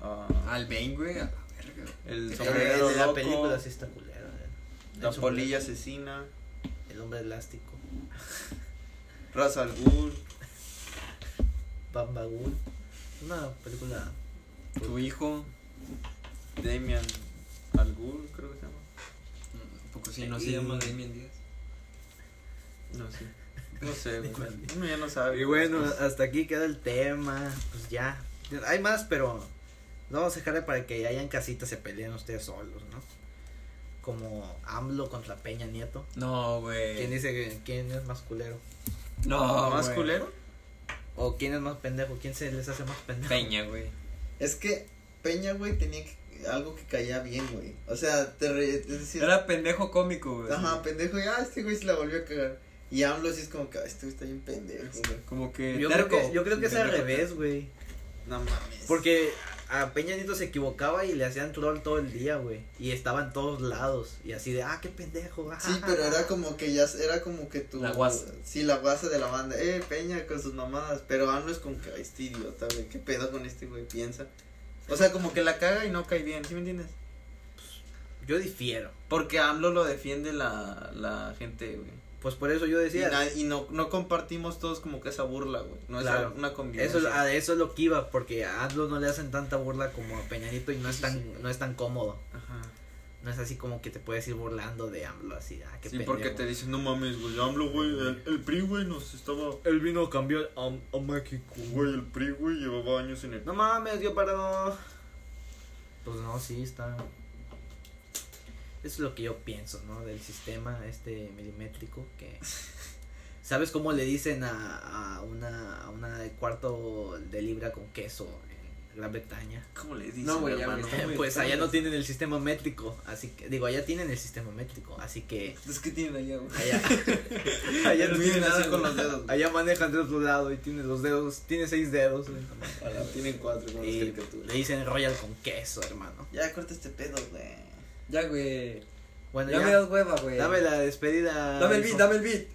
Speaker 1: ah,
Speaker 2: Al Bane, güey, a la verga.
Speaker 1: El
Speaker 3: El-
Speaker 1: sombrero
Speaker 3: el Eh, de la
Speaker 1: loco,
Speaker 3: película sí está culero. eh.
Speaker 1: La
Speaker 3: El sombrero.
Speaker 1: polilla asesina.
Speaker 3: El hombre elástico.
Speaker 1: Ra's al Ghul.
Speaker 3: Bambagool. Una película.
Speaker 1: Tu hijo. Damian al Ghul, creo que se llama.
Speaker 2: mm, Poco sí, no se llama Damien Díaz.
Speaker 1: No sé. No sé, güey. Uno ya no sabe. Pues,
Speaker 3: Y bueno, hasta aquí queda el tema. Pues ya. Hay más, pero lo vamos a dejar para que hayan casitas se peleen ustedes solos, ¿no? Como AMLO contra Peña Nieto.
Speaker 2: No, güey.
Speaker 3: ¿Quién dice que- quién es más culero?
Speaker 2: No,
Speaker 1: ¿Más
Speaker 2: Ah, güey.
Speaker 1: culero?
Speaker 3: ¿O quién es más pendejo? ¿Quién se les hace más pendejo?
Speaker 2: Peña, güey.
Speaker 4: Es que Peña, güey, tenía que- algo que caía bien, güey. O sea, te re- es decir,
Speaker 2: Era pendejo cómico, güey.
Speaker 4: ajá, pendejo, y ah, este güey se la volvió a cagar. Y AMLO sí es como que, "Ah, este güey está bien pendejo, güey.
Speaker 2: Como que
Speaker 3: pues, Yo creo que, yo creo que es al revés, güey.
Speaker 1: No mames.
Speaker 3: Porque a Peña Nieto se equivocaba y le hacían troll todo el día, güey. Y estaba en todos lados. Y así de, ah, qué pendejo. ah,
Speaker 4: Sí, pero era como que ya, era como que tu...
Speaker 2: La guasa.
Speaker 4: Sí, la guasa de la banda. Eh, Peña con sus mamadas. Pero AMLO es como que, "Ay, este idiota, güey, qué pedo con este güey, piensa. O sea, como que la caga y no cae bien, ¿sí me entiendes?
Speaker 3: Yo difiero.
Speaker 1: Porque AMLO lo defiende la, la gente, güey.
Speaker 3: Pues por eso yo decía.
Speaker 1: Y, na- y no, no compartimos todos como que esa burla, güey. No
Speaker 3: Claro.
Speaker 1: es una
Speaker 3: Eso,
Speaker 1: convivencia.
Speaker 3: es- a eso es lo que iba, porque a AMLO no le hacen tanta burla como a Peña Nieto y no es tan, no es tan cómodo.
Speaker 1: Ajá.
Speaker 3: No es así como que te puedes ir burlando de AMLO, así, ah, qué
Speaker 1: Sí, porque te dicen, no mames, güey, AMLO, güey, el, el PRI, güey, nos estaba...
Speaker 3: Él vino a cambiar a, México.
Speaker 1: Güey, el PRI, güey, llevaba años en el...
Speaker 3: No mames, yo paro. Pues no, sí, está. Eso es lo que yo pienso, ¿no? Del sistema este milimétrico que... ¿Sabes cómo le dicen a, a una, a una de cuarto de libra con queso en Gran Bretaña?
Speaker 1: ¿Cómo le dicen,
Speaker 2: No, güey, ya,
Speaker 1: hermano?
Speaker 2: güey,
Speaker 1: (laughs)
Speaker 2: está muy
Speaker 3: (laughs) pues allá
Speaker 2: extraño.
Speaker 3: no tienen el sistema métrico, así que... Digo, allá tienen el sistema métrico, así que...
Speaker 2: Es que tienen allá, güey.
Speaker 3: Allá, (laughs) allá no
Speaker 1: Miden
Speaker 3: tienen
Speaker 1: así
Speaker 3: nada,
Speaker 1: con
Speaker 3: ¿no?
Speaker 1: los dedos,
Speaker 3: Allá manejan de otro lado y tiene los dedos, tiene seis dedos. güey.
Speaker 1: Tienen cuatro con las
Speaker 3: Y
Speaker 1: caricaturas.
Speaker 3: le dicen Royal con queso, hermano.
Speaker 4: Ya, corta este pedo, güey.
Speaker 2: Ya, güey.
Speaker 3: Bueno,
Speaker 2: Ya
Speaker 3: ya,
Speaker 2: me das hueva, güey.
Speaker 3: dame la despedida.
Speaker 2: Dame el beat, dame el beat.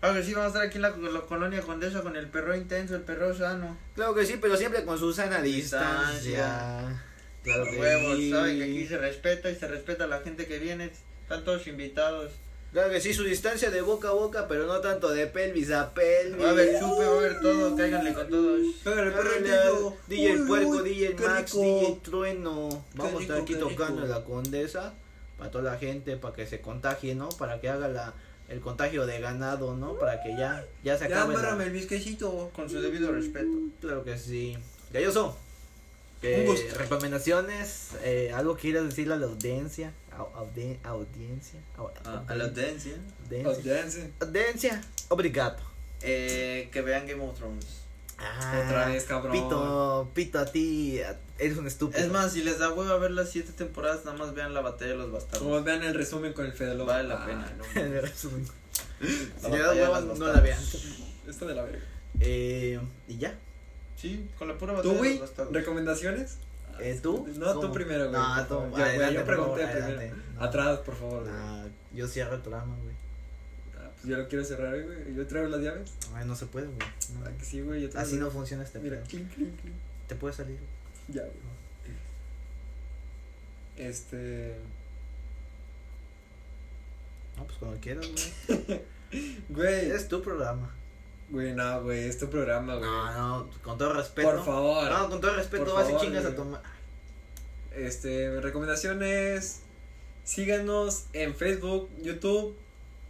Speaker 4: Ah, que sí, vamos a estar aquí en la, la colonia Condesa con el perro intenso, el perro sano.
Speaker 3: Claro que sí, pero siempre con Susana
Speaker 4: Distancia.
Speaker 3: distancia. Claro que
Speaker 4: Huevos,
Speaker 3: sí.
Speaker 4: saben que aquí se respeta y se respeta a la gente que viene. Están todos invitados.
Speaker 3: Claro que sí, su distancia de boca a boca, pero no tanto de pelvis a pelvis.
Speaker 4: Va a haber chupe, va a haber todo, cáiganle con todos.
Speaker 2: Pero el perro
Speaker 3: Órale,
Speaker 2: intenso.
Speaker 3: DJ
Speaker 2: Uy,
Speaker 3: Puerco,
Speaker 2: uy,
Speaker 3: DJ
Speaker 2: qué
Speaker 3: Max,
Speaker 2: rico.
Speaker 3: DJ Trueno. Vamos a estar
Speaker 2: rico,
Speaker 3: aquí
Speaker 2: qué
Speaker 3: tocando
Speaker 2: rico.
Speaker 3: la condesa para toda la gente, para que se contagie, ¿no? Para que haga la, el contagio de ganado, ¿no? Para que ya, ya se
Speaker 2: Ya,
Speaker 3: acabe. la-
Speaker 2: párame el bizquecito.
Speaker 4: Con su debido respeto.
Speaker 3: Claro que sí. Galloso. eh,
Speaker 2: Un gusto.
Speaker 3: recomendaciones, eh, algo que quieras decirle a la audiencia, au- audi- audiencia, au-
Speaker 2: Ah,
Speaker 1: A, a la audiencia.
Speaker 2: Oh,
Speaker 3: audiencia, audiencia, obrigado.
Speaker 4: Eh, que vean Game of Thrones.
Speaker 3: Ah,
Speaker 2: Otra vez, cabrón.
Speaker 3: Pito, pito a ti, a- eres un estúpido. (laughs)
Speaker 1: Es más, si les da hueva ver las siete temporadas, nada más vean la batalla de los bastardos.
Speaker 4: Oh,
Speaker 2: Como vean el resumen con el Fede Lobo.
Speaker 1: Vale la
Speaker 2: Ah,
Speaker 1: pena.
Speaker 2: no.
Speaker 3: En el resumen. si
Speaker 1: La
Speaker 3: le da
Speaker 1: batalla de
Speaker 3: hueva,
Speaker 1: los
Speaker 3: no la
Speaker 1: bastardos.
Speaker 3: vean.
Speaker 2: Esta de la verga.
Speaker 3: Eh, y ya.
Speaker 4: Sí, con la pura batalla
Speaker 2: ¿Tú,
Speaker 4: de
Speaker 2: güey?
Speaker 4: los bastardos.
Speaker 2: ¿Recomendaciones?
Speaker 3: Eh, ¿Tú?
Speaker 2: Ah, No, tú
Speaker 3: ¿Cómo?
Speaker 2: primero, güey.
Speaker 3: No,
Speaker 2: por
Speaker 3: tú.
Speaker 2: favor. Ya, güey,
Speaker 3: adelante,
Speaker 2: yo
Speaker 3: por
Speaker 2: pregunté
Speaker 3: favor,
Speaker 2: primero.
Speaker 3: adelante. No.
Speaker 2: Atrás, por favor. güey.
Speaker 3: Nah, yo cierro el programa, güey.
Speaker 2: Ah, pues yo lo quiero cerrar, güey. Yo traigo las llaves.
Speaker 3: Ay, no se puede, güey. No.
Speaker 2: Ah, que sí, güey. yo traigo
Speaker 3: Así no
Speaker 2: las-
Speaker 3: funciona este
Speaker 2: Mira,
Speaker 3: pedo.
Speaker 2: clink, clink, clink.
Speaker 3: Te puede salir.
Speaker 2: Ya, güey. Este.
Speaker 3: No, pues cuando quieras, güey.
Speaker 2: Güey.
Speaker 3: Es tu programa.
Speaker 2: Güey, no, güey. Es tu programa, güey.
Speaker 3: No, no, con todo respeto.
Speaker 2: por favor.
Speaker 3: No, con todo respeto
Speaker 2: Por
Speaker 3: vas
Speaker 2: favor,
Speaker 3: y chingas
Speaker 2: güey.
Speaker 3: a tomar.
Speaker 2: Este, recomendaciones. Síganos en Facebook, YouTube.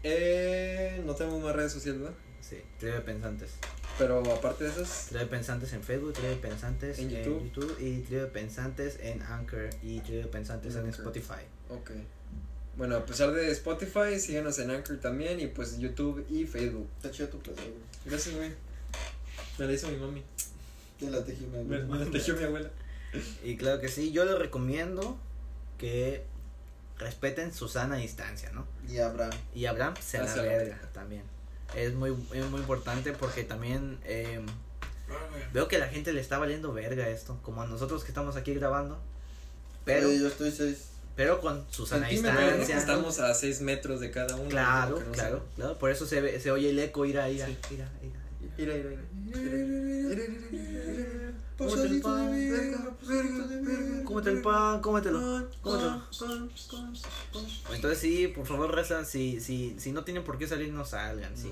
Speaker 2: eh, no tenemos más redes sociales, ¿verdad?
Speaker 3: Sí, Tribe Pensantes.
Speaker 2: Pero aparte de esas,
Speaker 3: Tribe Pensantes en Facebook, Tribe Pensantes
Speaker 2: En
Speaker 3: en,
Speaker 2: YouTube.
Speaker 3: YouTube. y Tribe Pensantes en Anchor y Tribe Pensantes
Speaker 2: En
Speaker 3: en
Speaker 2: Anchor.
Speaker 3: Spotify.
Speaker 2: ok. Bueno, a pesar de Spotify, síganos en Anchor también y pues YouTube y Facebook.
Speaker 4: Está chido tu placer, güey.
Speaker 2: Gracias, güey. Me la hizo mi mami.
Speaker 4: Te la tejí, me
Speaker 2: Me, me la tejió mi abuela.
Speaker 3: Y claro que sí, yo les recomiendo que respeten su sana distancia, ¿no?
Speaker 4: Y habrá.
Speaker 3: Y Abraham se la
Speaker 2: Hacia la
Speaker 3: verga también. Es muy, es muy importante porque también eh, veo que la gente le está valiendo verga esto, como a nosotros que estamos aquí grabando, pero,
Speaker 4: Oye, yo estoy seis.
Speaker 3: pero con su
Speaker 4: Pues
Speaker 3: sana
Speaker 2: Centímetros, Eh, ¿no?
Speaker 3: distancia. ¿no?
Speaker 2: Estamos a 6 metros de cada uno.
Speaker 3: Claro,
Speaker 2: como que no
Speaker 3: claro, claro. Por eso se, ve- se oye el eco, ira, ira, ira, ira, ira.
Speaker 4: Mira, mira, mira. Cómete el pan, verga, verga, verga.
Speaker 3: Cómete el pan, cómetelo. cómetelo. Entonces sí, por favor rezan, si, si, si no tienen por qué salir, no salgan. Si,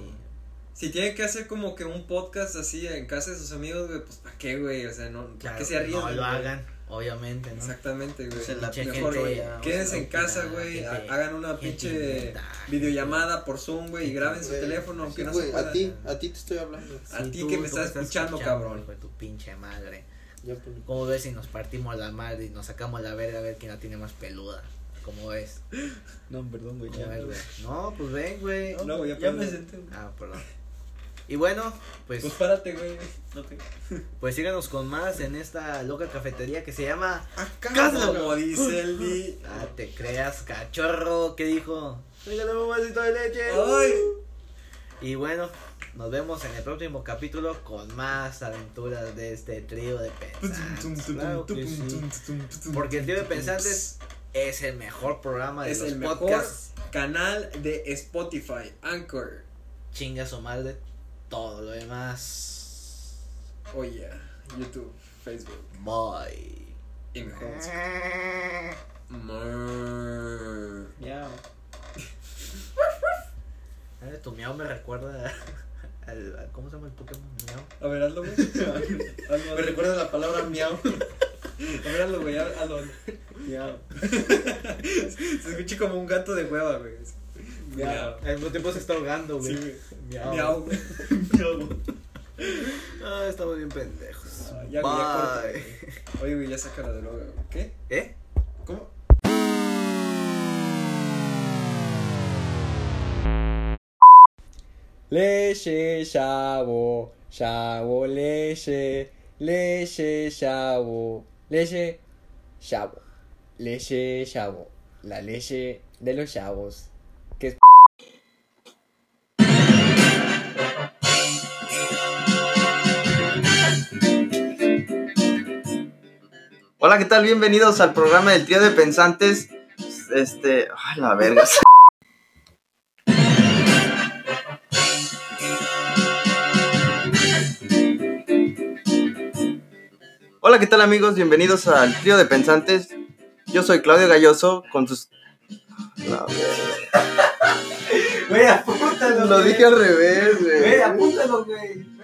Speaker 2: Si tienen que hacer como que un podcast así en casa de sus amigos, güey, pues ¿para qué, güey? O sea, no, ¿para
Speaker 3: Claro,
Speaker 2: qué se arriesgan?
Speaker 3: No lo
Speaker 2: güey?
Speaker 3: hagan, obviamente, ¿no?
Speaker 2: Exactamente, güey.
Speaker 3: O sea, la pinche
Speaker 2: Mejor,
Speaker 3: gente
Speaker 2: güey,
Speaker 3: ya,
Speaker 2: quédense
Speaker 3: o sea,
Speaker 2: en casa,
Speaker 3: opinada,
Speaker 2: güey, ha-
Speaker 3: gente-
Speaker 2: hagan una
Speaker 3: gente
Speaker 2: pinche
Speaker 3: inventada,
Speaker 2: videollamada por Zoom, güey, y graben su
Speaker 4: Güey,
Speaker 2: teléfono, aunque
Speaker 4: sí,
Speaker 2: no se
Speaker 4: güey,
Speaker 2: pueda.
Speaker 4: A ti, a ti te estoy hablando.
Speaker 2: A
Speaker 3: Sí,
Speaker 2: ti
Speaker 3: tú-
Speaker 2: que me
Speaker 3: tú
Speaker 2: estás escuchando, cabrón.
Speaker 3: hijo de tu pinche madre.
Speaker 4: Ya, pues.
Speaker 3: ¿Cómo ves si nos partimos la madre y nos sacamos la verga a ver quién la tiene más peluda? ¿Cómo ves?
Speaker 4: No, perdón, güey.
Speaker 3: ¿Cómo
Speaker 4: ya.
Speaker 3: ves, güey? No, pues ven, güey.
Speaker 2: No, güey, ya
Speaker 4: Ya me
Speaker 2: perdí.
Speaker 4: senté. güey.
Speaker 3: Ah, perdón. Y bueno, pues,
Speaker 2: Pues párate, güey.
Speaker 3: pues síganos con más en esta loca cafetería que se llama
Speaker 2: Como dice el di.
Speaker 3: Ah, te creas, cachorro, ¿qué dijo? Regálame un vasito de leche.
Speaker 2: ¡Ay!
Speaker 3: Y bueno, nos vemos en el próximo capítulo con más aventuras de este trío de pensantes. Claro que sí. Porque el trío de pensantes es el mejor programa de
Speaker 2: Es
Speaker 3: los
Speaker 2: el mejor
Speaker 3: podcasts.
Speaker 2: canal de Spotify, Anchor.
Speaker 3: Chinga su madre todo lo demás.
Speaker 2: Oye, YouTube, Facebook.
Speaker 3: Bye.
Speaker 2: Y mejor. Mrrr.
Speaker 4: Ya.
Speaker 3: Ah, Tu miau me recuerda (laughs) a- al, a- ¿Cómo se llama el Pokémon? Miau.
Speaker 2: A ver, (laughs) hazlo, güey. Hazlo,
Speaker 4: Me
Speaker 2: hazlo.
Speaker 4: recuerda la palabra miau.
Speaker 2: A ver, hazlo, güey, hazlo.
Speaker 4: Miau.
Speaker 2: (laughs) Se escucha como un gato de hueva, güey. Miau.
Speaker 3: Al mismo tiempo se está ahogando,
Speaker 2: Sí,
Speaker 3: güey.
Speaker 2: güey.
Speaker 3: Miau.
Speaker 2: Miau, güey.
Speaker 3: Ah, estamos bien pendejos.
Speaker 2: Ah, Ya, güey, ya corta,
Speaker 3: Bye.
Speaker 2: güey. Oye, güey, ya saca la droga, güey. ¿Qué?
Speaker 3: ¿Eh?
Speaker 2: ¿Cómo? Leche, chavo, chavo, leche, leche, chavo, leche, chavo, leche, chavo, la leche de los chavos.
Speaker 4: Hola, ¿qué tal? Bienvenidos al programa del Trío de Pensantes. Este. ¡Ay, la verga! Hola, ¿qué tal, amigos? Bienvenidos al Trío de Pensantes. Yo soy Claudio Galloso con sus. La verga.
Speaker 12: Güey, apúntalo.
Speaker 4: Lo dije al revés, güey.
Speaker 12: apúntalo, güey.